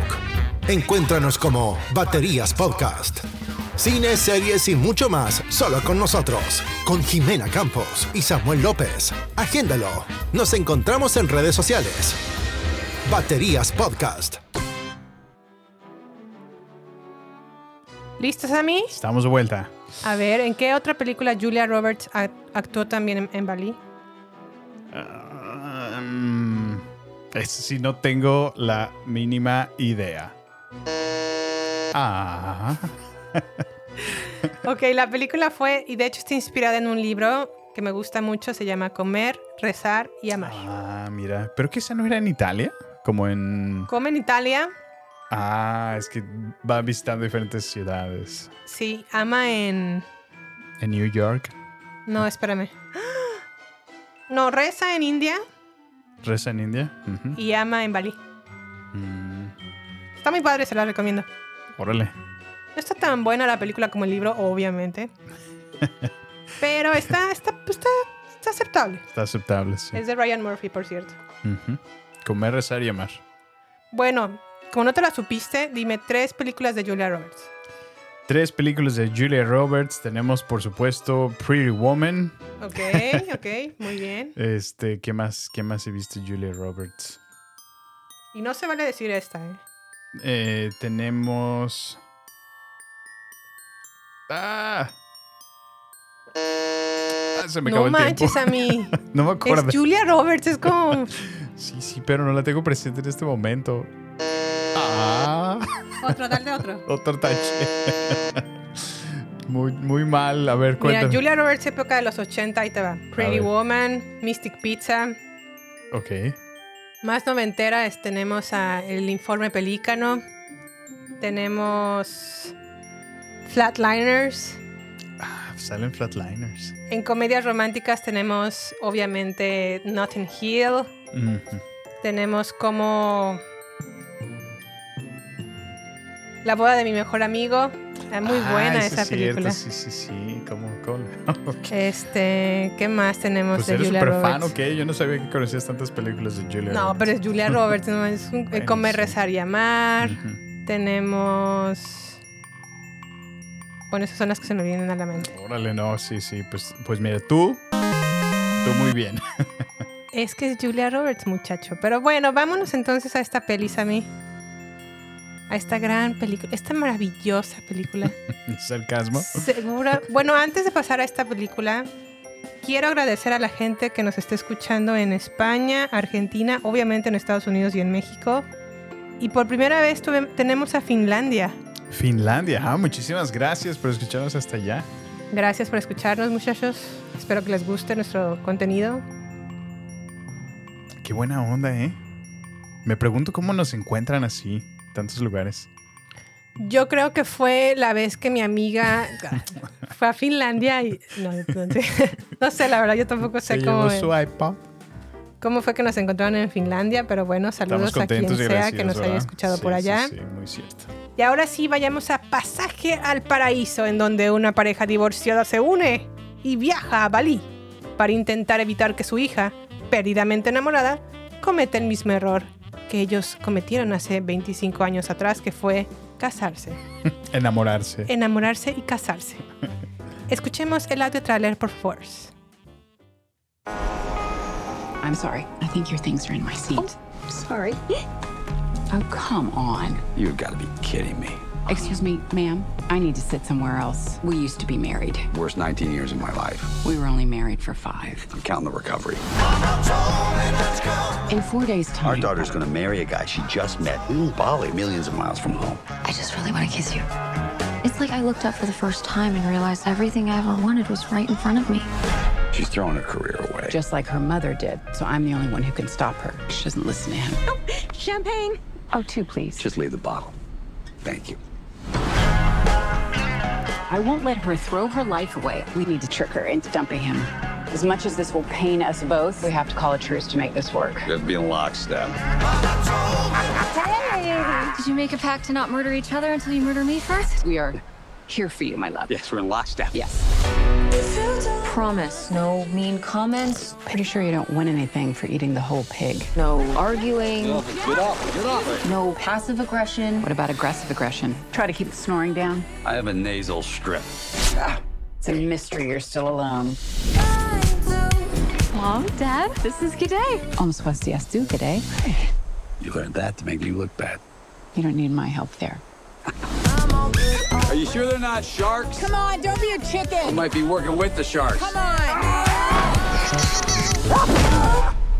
Speaker 1: Encuéntranos como Baterías Podcast. Cine, series y mucho más, solo con nosotros, con Jimena Campos y Samuel López. Agéndalo. Nos encontramos en redes sociales. Baterías Podcast.
Speaker 5: ¿Listos a mí?
Speaker 6: Estamos de vuelta.
Speaker 5: A ver, ¿en qué otra película Julia Roberts a- actuó también en, en Bali?
Speaker 6: Um, es si no tengo la mínima idea. Ah.
Speaker 5: Ok, la película fue, y de hecho está inspirada en un libro que me gusta mucho, se llama Comer, Rezar y Amar.
Speaker 6: Ah, mira. ¿Pero que esa no era en Italia? Como en...
Speaker 5: Come en Italia,
Speaker 6: Ah, es que va visitando diferentes ciudades.
Speaker 5: sí, ama en...
Speaker 6: En New York,
Speaker 5: No, espérame. *gasps* No, reza en India
Speaker 6: reza en India. Ujú.
Speaker 5: y ama en Bali.
Speaker 6: Mm,
Speaker 5: Está muy padre, se la recomiendo.
Speaker 6: órale.
Speaker 5: No está tan buena la película como el libro, obviamente. Pero está, está, pues está, está aceptable.
Speaker 6: Está aceptable, sí.
Speaker 5: Es de Ryan Murphy, por cierto.
Speaker 6: Ujú. Comer, rezar y amar.
Speaker 5: Bueno, como no te la supiste, dime tres películas de Julia Roberts.
Speaker 6: Tres películas de Julia Roberts. Tenemos, por supuesto, Pretty Woman.
Speaker 5: Ok,
Speaker 6: *laughs*
Speaker 5: ok, muy bien.
Speaker 6: Este, ¿qué más, qué más he visto de Julia Roberts?
Speaker 5: Y no se vale decir esta, ¿eh?
Speaker 6: Eh, tenemos. ¡Ah! Ah, Se me
Speaker 5: no
Speaker 6: acabó el
Speaker 5: manches
Speaker 6: tiempo.
Speaker 5: a
Speaker 6: *laughs*
Speaker 5: mí.
Speaker 6: no me
Speaker 5: es
Speaker 6: acuerdo.
Speaker 5: Julia Roberts, es como...
Speaker 6: Sí, sí, pero no la tengo presente en este momento. ¡Ah! *laughs*
Speaker 5: Otro, dale otro.
Speaker 6: Otro tache. *laughs* muy, muy mal. A ver,
Speaker 5: Mira,
Speaker 6: cuéntame.
Speaker 5: Julia Roberts, época de los 80, ahí te va. Pretty
Speaker 6: ver.
Speaker 5: Woman, Mystic Pizza.
Speaker 6: Ok.
Speaker 5: Más noventera es- tenemos a El Informe Pelícano. Tenemos Flatliners.
Speaker 6: Ah, Salen Flatliners.
Speaker 5: En comedias románticas tenemos, obviamente, Nothing Hill.
Speaker 6: Ujú.
Speaker 5: Tenemos como La boda de mi mejor amigo. Ah, muy
Speaker 6: Ah,
Speaker 5: buena
Speaker 6: eso
Speaker 5: esa
Speaker 6: es cierto,
Speaker 5: película.
Speaker 6: Sí, sí, sí. ¿Cómo? cómo? *laughs* Ok.
Speaker 5: Este, ¿qué más tenemos
Speaker 6: Pues
Speaker 5: de
Speaker 6: eres
Speaker 5: Julia
Speaker 6: súper
Speaker 5: Roberts?
Speaker 6: fan, ¿ok? Yo no sabía que conocías tantas películas de Julia
Speaker 5: No, pero es Julia Roberts, no es un,
Speaker 6: Bueno,
Speaker 5: comer,
Speaker 6: sí.
Speaker 5: rezar y amar.
Speaker 6: Ujú.
Speaker 5: Tenemos. Bueno, esas son las que se me vienen a la mente.
Speaker 6: Órale, no, sí, sí. Pues, pues mira, tú. Tú muy bien. *laughs*
Speaker 5: Es que es Julia Roberts, muchacho. Pero bueno, vámonos entonces a esta peli, Sammy. A esta gran película, esta maravillosa película.
Speaker 6: Sarcasmo.
Speaker 5: Segura. Bueno, antes de pasar a esta película, quiero agradecer a la gente que nos está escuchando en España, Argentina, obviamente en Estados Unidos y en México. Y por primera vez tuve- tenemos a Finlandia.
Speaker 6: Finlandia. Ah, muchísimas gracias por escucharnos hasta allá.
Speaker 5: Gracias por escucharnos, muchachos. Espero que les guste nuestro contenido.
Speaker 6: Qué buena onda, ¿eh? Me pregunto cómo nos encuentran así, tantos lugares.
Speaker 5: Yo creo que fue la vez que mi
Speaker 6: *laughs*
Speaker 5: amiga fue a Finlandia y... No, no sé. No sé, la verdad, yo tampoco sé
Speaker 6: Se
Speaker 5: cómo,
Speaker 6: llevó su iPod.
Speaker 5: cómo fue que nos encontraron en Finlandia, pero bueno,
Speaker 6: Estamos
Speaker 5: saludos a quien
Speaker 6: contentos y
Speaker 5: sea
Speaker 6: agradecidos,
Speaker 5: que nos haya
Speaker 6: ¿verdad?
Speaker 5: escuchado
Speaker 6: Sí,
Speaker 5: por
Speaker 6: sí,
Speaker 5: allá.
Speaker 6: Sí, muy cierto.
Speaker 5: Y ahora sí, vayamos a Pasaje al Paraíso, en donde una pareja divorciada se une y viaja a Bali para intentar evitar que su hija, perdidamente enamorada, cometa el mismo error que ellos cometieron hace 25 años atrás, que fue casarse,
Speaker 6: Enamorarse.
Speaker 5: enamorarse y casarse. Escuchemos el audio trailer, por favor.
Speaker 14: I'm sorry. I think your things are in my seat.
Speaker 3: Sorry.
Speaker 14: *gasps* Oh, come on.
Speaker 17: You've got to be kidding me.
Speaker 14: Excuse me, ma'am. I need to sit somewhere else. We used to be married.
Speaker 17: Worst 19 years of my life.
Speaker 14: We were only married for five.
Speaker 17: I'm counting the recovery.
Speaker 14: In four days' time,
Speaker 17: Our daughter's going to marry a guy she just met in Bali, millions of miles from home.
Speaker 13: I just really want to kiss you. It's like I looked up for the first time and realized everything I ever wanted was right in front of me.
Speaker 17: She's throwing her career away.
Speaker 14: just like her mother did. So I'm the only one who can stop her. She doesn't listen to him.
Speaker 13: Champagne.
Speaker 14: Oh, two, please.
Speaker 17: Just leave the bottle. Thank you.
Speaker 14: I won't let her throw her life away. We need to trick her into dumping him. As much as this will pain us both, we have to call a truce to make this work.
Speaker 17: That'd be in lockstep.
Speaker 13: Hey! Did you make a pact to not murder each other until you murder me first?
Speaker 14: We are here for you, my love.
Speaker 17: Yes, we're in lockstep.
Speaker 14: Yes.
Speaker 13: Promise.
Speaker 14: No mean comments. Pretty sure you don't win anything for eating the whole pig. No arguing.
Speaker 17: Get off it. Get off it. Get off it.
Speaker 14: No passive aggression. What about aggressive aggression? Try to keep the snoring down.
Speaker 17: I have a nasal strip.
Speaker 14: It's a mystery you're still alone.
Speaker 13: Mom, Dad, this is G'day.
Speaker 14: Om swasti astu g'day.
Speaker 17: You learned that to make me look bad.
Speaker 14: You don't need my help there.
Speaker 17: Are you sure they're not sharks?
Speaker 3: Come on, don't be a chicken.
Speaker 17: might be working with the sharks.
Speaker 3: Come on.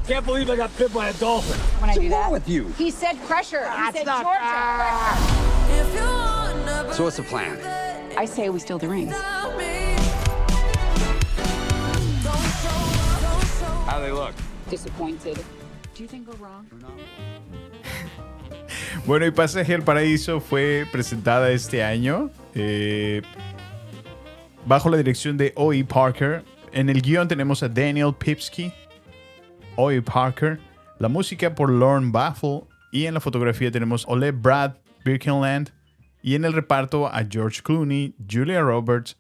Speaker 18: can't believe I got bit by a dolphin.
Speaker 17: When I do that with you.
Speaker 14: He said pressure. he said Georgia.
Speaker 17: So what's the plan?
Speaker 14: I say we steal the rings.
Speaker 18: How they look?
Speaker 14: Disappointed. Do you think we're wrong?
Speaker 6: Bueno, y Pasaje al Paraíso fue presentada este año eh, bajo la dirección de O.E. Parker. En el guión tenemos a Daniel Pipsky, O.E. Parker, la música por Lauren Baffle y en la fotografía tenemos Ole Brad Birkenland y en el reparto a George Clooney, Julia Roberts,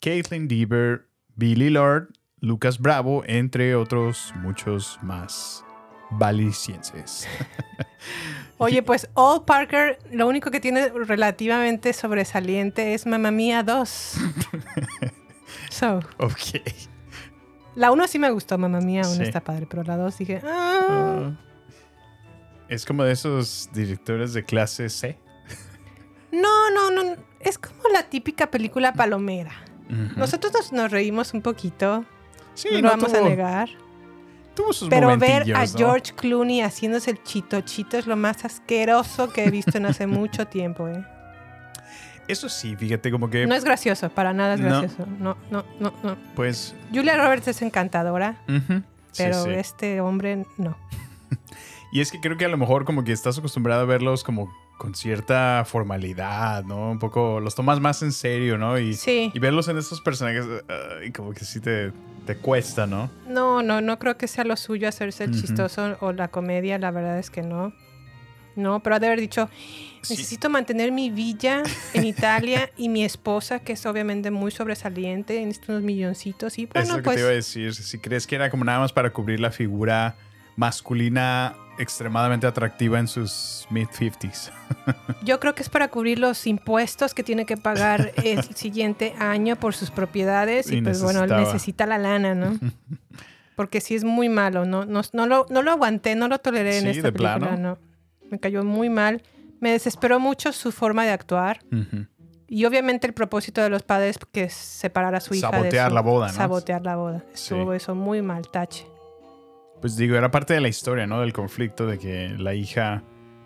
Speaker 6: Caitlin Deaver, Billy Lord, Lucas Bravo, entre otros muchos más valicienses.
Speaker 5: Oye, pues Old Parker, lo único que tiene relativamente sobresaliente es Mamma Mía 2. So,
Speaker 6: ok.
Speaker 5: la 1 sí me gustó, Mamma Mía 1
Speaker 6: Sí.
Speaker 5: está padre, pero la 2 dije, ah.
Speaker 6: Es como de esos directores de clase C.
Speaker 5: No, no, no. Es como la típica película palomera. Nosotros nos, nos reímos un poquito.
Speaker 6: Sí,
Speaker 5: no lo
Speaker 6: no
Speaker 5: vamos a
Speaker 6: tuvo
Speaker 5: negar.
Speaker 6: Tuvo sus
Speaker 5: Pero ver a
Speaker 6: momentillos, ¿no?
Speaker 5: George Clooney haciéndose el chito chito es lo más asqueroso que he visto en hace *laughs* mucho tiempo. ¿eh?
Speaker 6: Eso sí, fíjate como que...
Speaker 5: No es gracioso, para nada es
Speaker 6: No.
Speaker 5: gracioso. No, no, no, no.
Speaker 6: Pues...
Speaker 5: Julia Roberts es encantadora,
Speaker 6: ujú, sí,
Speaker 5: pero
Speaker 6: sí.
Speaker 5: este hombre no.
Speaker 6: Y es que creo que a lo mejor como que estás acostumbrado a verlos como con cierta formalidad, ¿no? Un poco los tomas más en serio, ¿no? Y,
Speaker 5: Sí.
Speaker 6: y verlos en estos personajes ah, y como que sí te, te cuesta, ¿no?
Speaker 5: No, no, no creo que sea lo suyo hacerse el
Speaker 6: Ujú.
Speaker 5: chistoso o la comedia, la verdad es que no. No, pero ha de haber dicho, necesito mantener mi villa en Italia y mi esposa, que es obviamente muy sobresaliente, en unos milloncitos. Y
Speaker 6: es lo
Speaker 5: bueno,
Speaker 6: que
Speaker 5: pues...
Speaker 6: te iba a decir. Si crees que era como nada más para cubrir la figura masculina extremadamente atractiva en sus mid-50s.
Speaker 5: Yo creo que es para cubrir los impuestos que tiene que
Speaker 6: *laughs*
Speaker 5: pagar el siguiente año por sus propiedades y,
Speaker 6: Y
Speaker 5: pues bueno,
Speaker 6: necesitaba.
Speaker 5: necesita la lana,
Speaker 6: *laughs*
Speaker 5: ¿no? Porque sí es muy malo, no, no, no lo, no lo aguanté, no lo toleré en
Speaker 6: Sí,
Speaker 5: esta
Speaker 6: de
Speaker 5: película,
Speaker 6: plano.
Speaker 5: no. Me cayó muy mal. Me desesperó mucho su forma de actuar y obviamente el propósito de los padres que es separar a su hija de
Speaker 6: Sabotear
Speaker 5: su-
Speaker 6: la boda, ¿no?
Speaker 5: Sabotear la boda.
Speaker 6: Sí.
Speaker 5: Estuvo eso muy mal, tache.
Speaker 6: Pues digo, era parte de la historia, ¿no? Del conflicto de que la hija,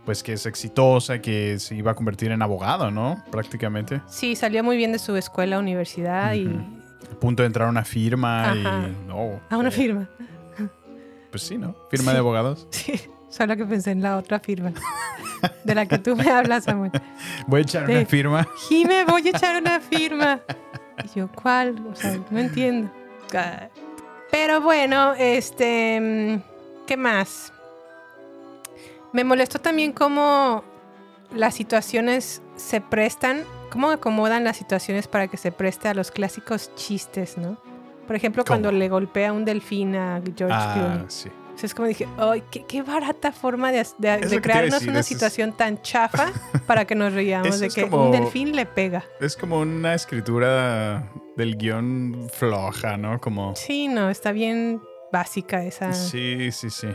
Speaker 6: pues que es exitosa, que se iba a convertir en abogado, ¿no? Prácticamente.
Speaker 5: Sí, salió muy bien de su escuela, universidad y...
Speaker 6: A punto de entrar a una firma
Speaker 5: Ajá.
Speaker 6: y... No,
Speaker 5: A una firma.
Speaker 6: pues sí, ¿no? Firma
Speaker 5: Sí.
Speaker 6: de abogados.
Speaker 5: Sí, solo que pensé en la otra firma de la que tú me hablas, Samuel.
Speaker 6: Voy a echar
Speaker 5: Sí.
Speaker 6: una firma.
Speaker 5: Jime, voy a echar una firma. Y yo, ¿cuál? O sea, no entiendo. Ah. Pero bueno, este. mm, ¿Qué más? Me molestó también cómo las situaciones se prestan, cómo acomodan las situaciones para que se preste a los clásicos chistes, ¿no? Por ejemplo, cuando le golpea un delfín a George
Speaker 6: Ah,
Speaker 5: Clooney.
Speaker 6: sí.
Speaker 5: O sea, es como dije, ¡ay, qué, qué barata forma de, as- de- de
Speaker 6: lo que te iba a
Speaker 5: crearnos
Speaker 6: decir,
Speaker 5: una
Speaker 6: eso es-
Speaker 5: situación tan chafa para que nos reíamos
Speaker 6: Eso
Speaker 5: de
Speaker 6: es
Speaker 5: que
Speaker 6: como-
Speaker 5: un delfín le pega!
Speaker 6: Es como una escritura del guión floja, ¿no? Como...
Speaker 5: Sí, no, está bien básica esa.
Speaker 6: Sí, sí, sí.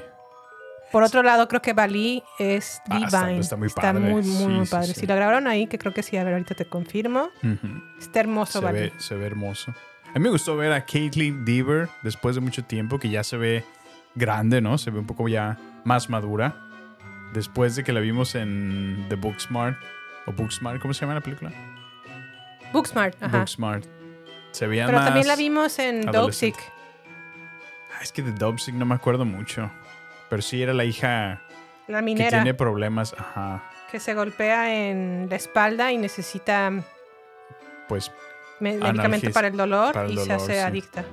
Speaker 5: Por otro lado, creo que Bali es
Speaker 6: Ah,
Speaker 5: divine.
Speaker 6: está- está muy padre.
Speaker 5: muy, muy,
Speaker 6: Sí,
Speaker 5: muy
Speaker 6: sí,
Speaker 5: padre.
Speaker 6: sí.
Speaker 5: Si la grabaron ahí, que creo que sí, a ver, ahorita te confirmo.
Speaker 6: Ujú.
Speaker 5: Está hermoso,
Speaker 6: se,
Speaker 5: Bali.
Speaker 6: ve, se ve hermoso. A mí me gustó ver a Caitlyn Deaver después de mucho tiempo, que ya se ve grande, ¿no? Se ve un poco ya más madura. Después de que la vimos en The Booksmart, o Booksmart, ¿cómo se llama la película?
Speaker 5: Booksmart, ajá.
Speaker 6: Booksmart. Se veía
Speaker 5: Pero
Speaker 6: más...
Speaker 5: también la vimos en Dopesick.
Speaker 6: adolescente. Ah, es que de Dopesick no me acuerdo mucho. Pero sí era la hija
Speaker 5: La
Speaker 6: que
Speaker 5: minera,
Speaker 6: tiene
Speaker 5: que,
Speaker 6: problemas, ajá,
Speaker 5: se golpea en la espalda y necesita me-
Speaker 6: pues
Speaker 5: medicamento
Speaker 6: Analgés-
Speaker 5: para el dolor
Speaker 6: para el
Speaker 5: y se
Speaker 6: dolor,
Speaker 5: hace
Speaker 6: sí.
Speaker 5: adicta.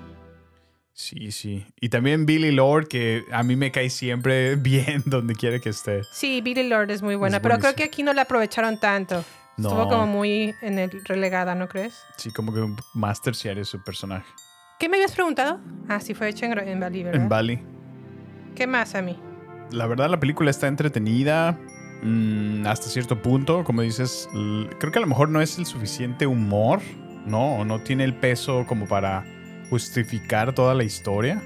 Speaker 6: sí, sí. Y también Billy Lord, que a mí me cae siempre *laughs* bien donde quiera que esté.
Speaker 5: Sí, Billy Lord es muy buena,
Speaker 6: Es
Speaker 5: pero creo
Speaker 6: buenísima.
Speaker 5: que aquí no la aprovecharon tanto.
Speaker 6: No.
Speaker 5: Estuvo como muy en el relegada, ¿no crees?
Speaker 6: Sí, como que más terciario su personaje.
Speaker 5: ¿Qué me habías preguntado? Ah, sí, fue hecha en, en Bali, ¿verdad?
Speaker 6: En Bali.
Speaker 5: ¿Qué más a mí?
Speaker 6: La verdad, la película está entretenida mm, hasta cierto punto. Como dices, l- creo que a lo mejor no es el suficiente humor, ¿no? O no tiene el peso como para justificar toda la historia.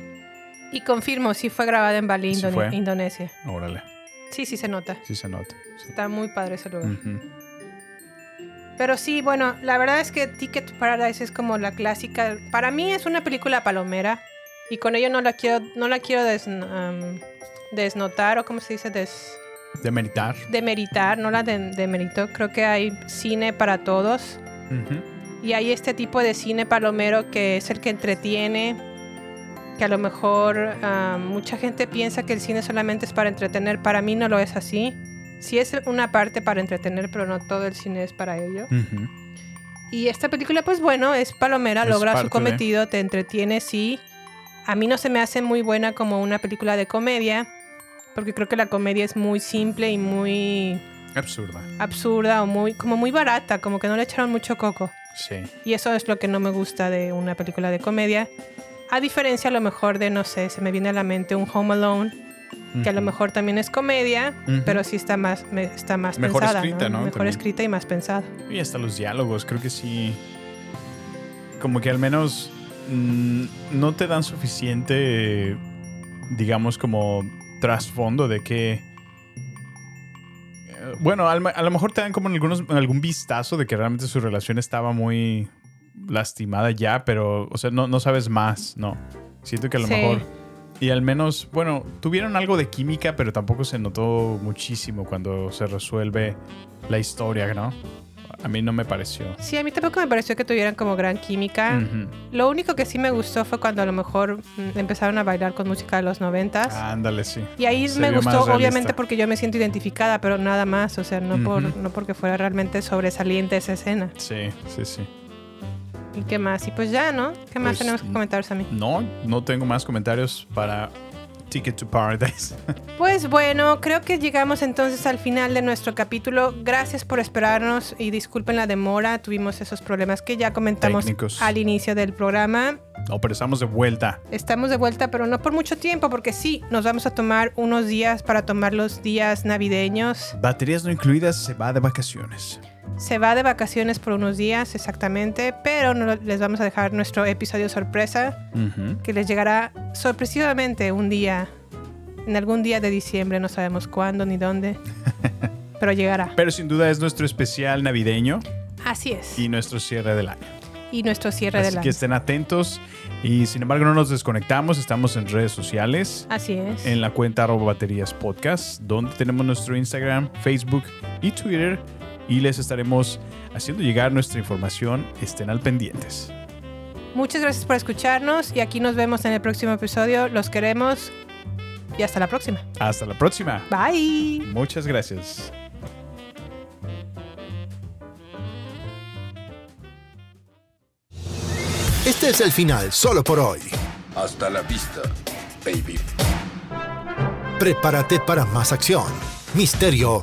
Speaker 5: Y confirmo, sí fue grabada en Bali,
Speaker 6: Sí
Speaker 5: Indone-
Speaker 6: fue.
Speaker 5: Indonesia.
Speaker 6: Órale,
Speaker 5: Sí, sí se nota.
Speaker 6: sí se nota. sí.
Speaker 5: Está muy padre ese lugar.
Speaker 6: Ujú.
Speaker 5: Pero sí, bueno, la verdad es que Ticket to Paradise es como la clásica. Para mí es una película palomera y con ello no la quiero, no la quiero des- um, desnotar o como se dice, des,
Speaker 6: Demeritar.
Speaker 5: demeritar, no la de- demeritó. Creo que hay cine para todos.
Speaker 6: Ujú.
Speaker 5: Y hay este tipo de cine palomero que es el que entretiene, que a lo mejor ah, mucha gente piensa que el cine solamente es para entretener. Para mí no lo es así. Sí es una parte para entretener, pero no todo el cine es para ello.
Speaker 6: Ujú.
Speaker 5: Y esta película, pues bueno, es palomera,
Speaker 6: Es
Speaker 5: logra su
Speaker 6: parte
Speaker 5: cometido, te entretiene, sí. A mí no se me hace muy buena como una película de comedia, porque creo que la comedia es muy simple y muy
Speaker 6: Absurda.
Speaker 5: absurda o muy como muy barata, como que no le echaron mucho coco.
Speaker 6: Sí.
Speaker 5: Y eso es lo que no me gusta de una película de comedia. A diferencia a lo mejor de, no sé, se me viene a la mente un Home Alone, que a lo
Speaker 6: Ujú.
Speaker 5: mejor también es comedia,
Speaker 6: Ujú.
Speaker 5: pero sí está más, me- está más
Speaker 6: Mejor
Speaker 5: pensada.
Speaker 6: escrita, ¿no?
Speaker 5: Mejor
Speaker 6: También.
Speaker 5: escrita y más pensada.
Speaker 6: Y hasta los diálogos, creo que sí. Como que al menos mm, no te dan suficiente, digamos, como trasfondo de que... Eh, Bueno, al- a lo mejor te dan como algunos, algún vistazo de que realmente su relación estaba muy lastimada ya, pero, o sea, no, no sabes más, ¿no? Siento que a lo
Speaker 5: Sí.
Speaker 6: mejor... Y al menos, bueno, tuvieron algo de química, pero tampoco se notó muchísimo cuando se resuelve la historia, ¿no? A mí no me pareció.
Speaker 5: Sí, a mí tampoco me pareció que tuvieran como gran química.
Speaker 6: Ujú.
Speaker 5: Lo único que sí me gustó fue cuando a lo mejor mm, empezaron a bailar con música de los noventas.
Speaker 6: Ándale, sí.
Speaker 5: Y ahí
Speaker 6: Ah, Se
Speaker 5: me
Speaker 6: vio más
Speaker 5: gustó,
Speaker 6: realista.
Speaker 5: obviamente, porque yo me siento identificada, pero nada más, o sea, no, por,
Speaker 6: Ujú.
Speaker 5: no porque fuera realmente sobresaliente esa escena.
Speaker 6: Sí, sí, sí.
Speaker 5: ¿Y qué más? Y pues ya, ¿no? ¿Qué más
Speaker 6: Pues,
Speaker 5: tenemos que
Speaker 6: mm.
Speaker 5: comentar, Sammy?
Speaker 6: No, no tengo más comentarios para Ticket to Paradise. *laughs*
Speaker 5: Pues bueno, creo que llegamos entonces al final de nuestro capítulo. Gracias por esperarnos y disculpen la demora. Tuvimos esos problemas que ya comentamos
Speaker 6: Técnicos.
Speaker 5: al inicio del programa.
Speaker 6: no, pero estamos de vuelta.
Speaker 5: Estamos de vuelta, pero no por mucho tiempo, porque sí, nos vamos a tomar unos días para tomar los días navideños.
Speaker 6: Baterías no incluidas se va de vacaciones.
Speaker 5: Se va de vacaciones por unos días, exactamente, pero no les vamos a dejar nuestro episodio sorpresa,
Speaker 6: Ujú.
Speaker 5: que les llegará sorpresivamente un día, en algún día de diciembre, no sabemos cuándo ni dónde, pero llegará.
Speaker 6: Pero sin duda es nuestro especial navideño
Speaker 5: Así es.
Speaker 6: y nuestro cierre del año.
Speaker 5: Y nuestro cierre
Speaker 6: Así
Speaker 5: del año.
Speaker 6: que estén atentos. Y sin embargo, no nos desconectamos. Estamos en redes sociales.
Speaker 5: Así es.
Speaker 6: en la cuenta arroba baterías podcast, donde tenemos nuestro Instagram, Facebook y Twitter y les estaremos haciendo llegar nuestra información. Estén al pendientes.
Speaker 5: Muchas gracias por escucharnos y aquí nos vemos en el próximo episodio. Los queremos y hasta la próxima.
Speaker 6: Hasta la próxima.
Speaker 5: Bye.
Speaker 6: Muchas gracias.
Speaker 1: Este es el final solo por hoy.
Speaker 17: Hasta la vista, baby.
Speaker 1: Prepárate para más acción, misterio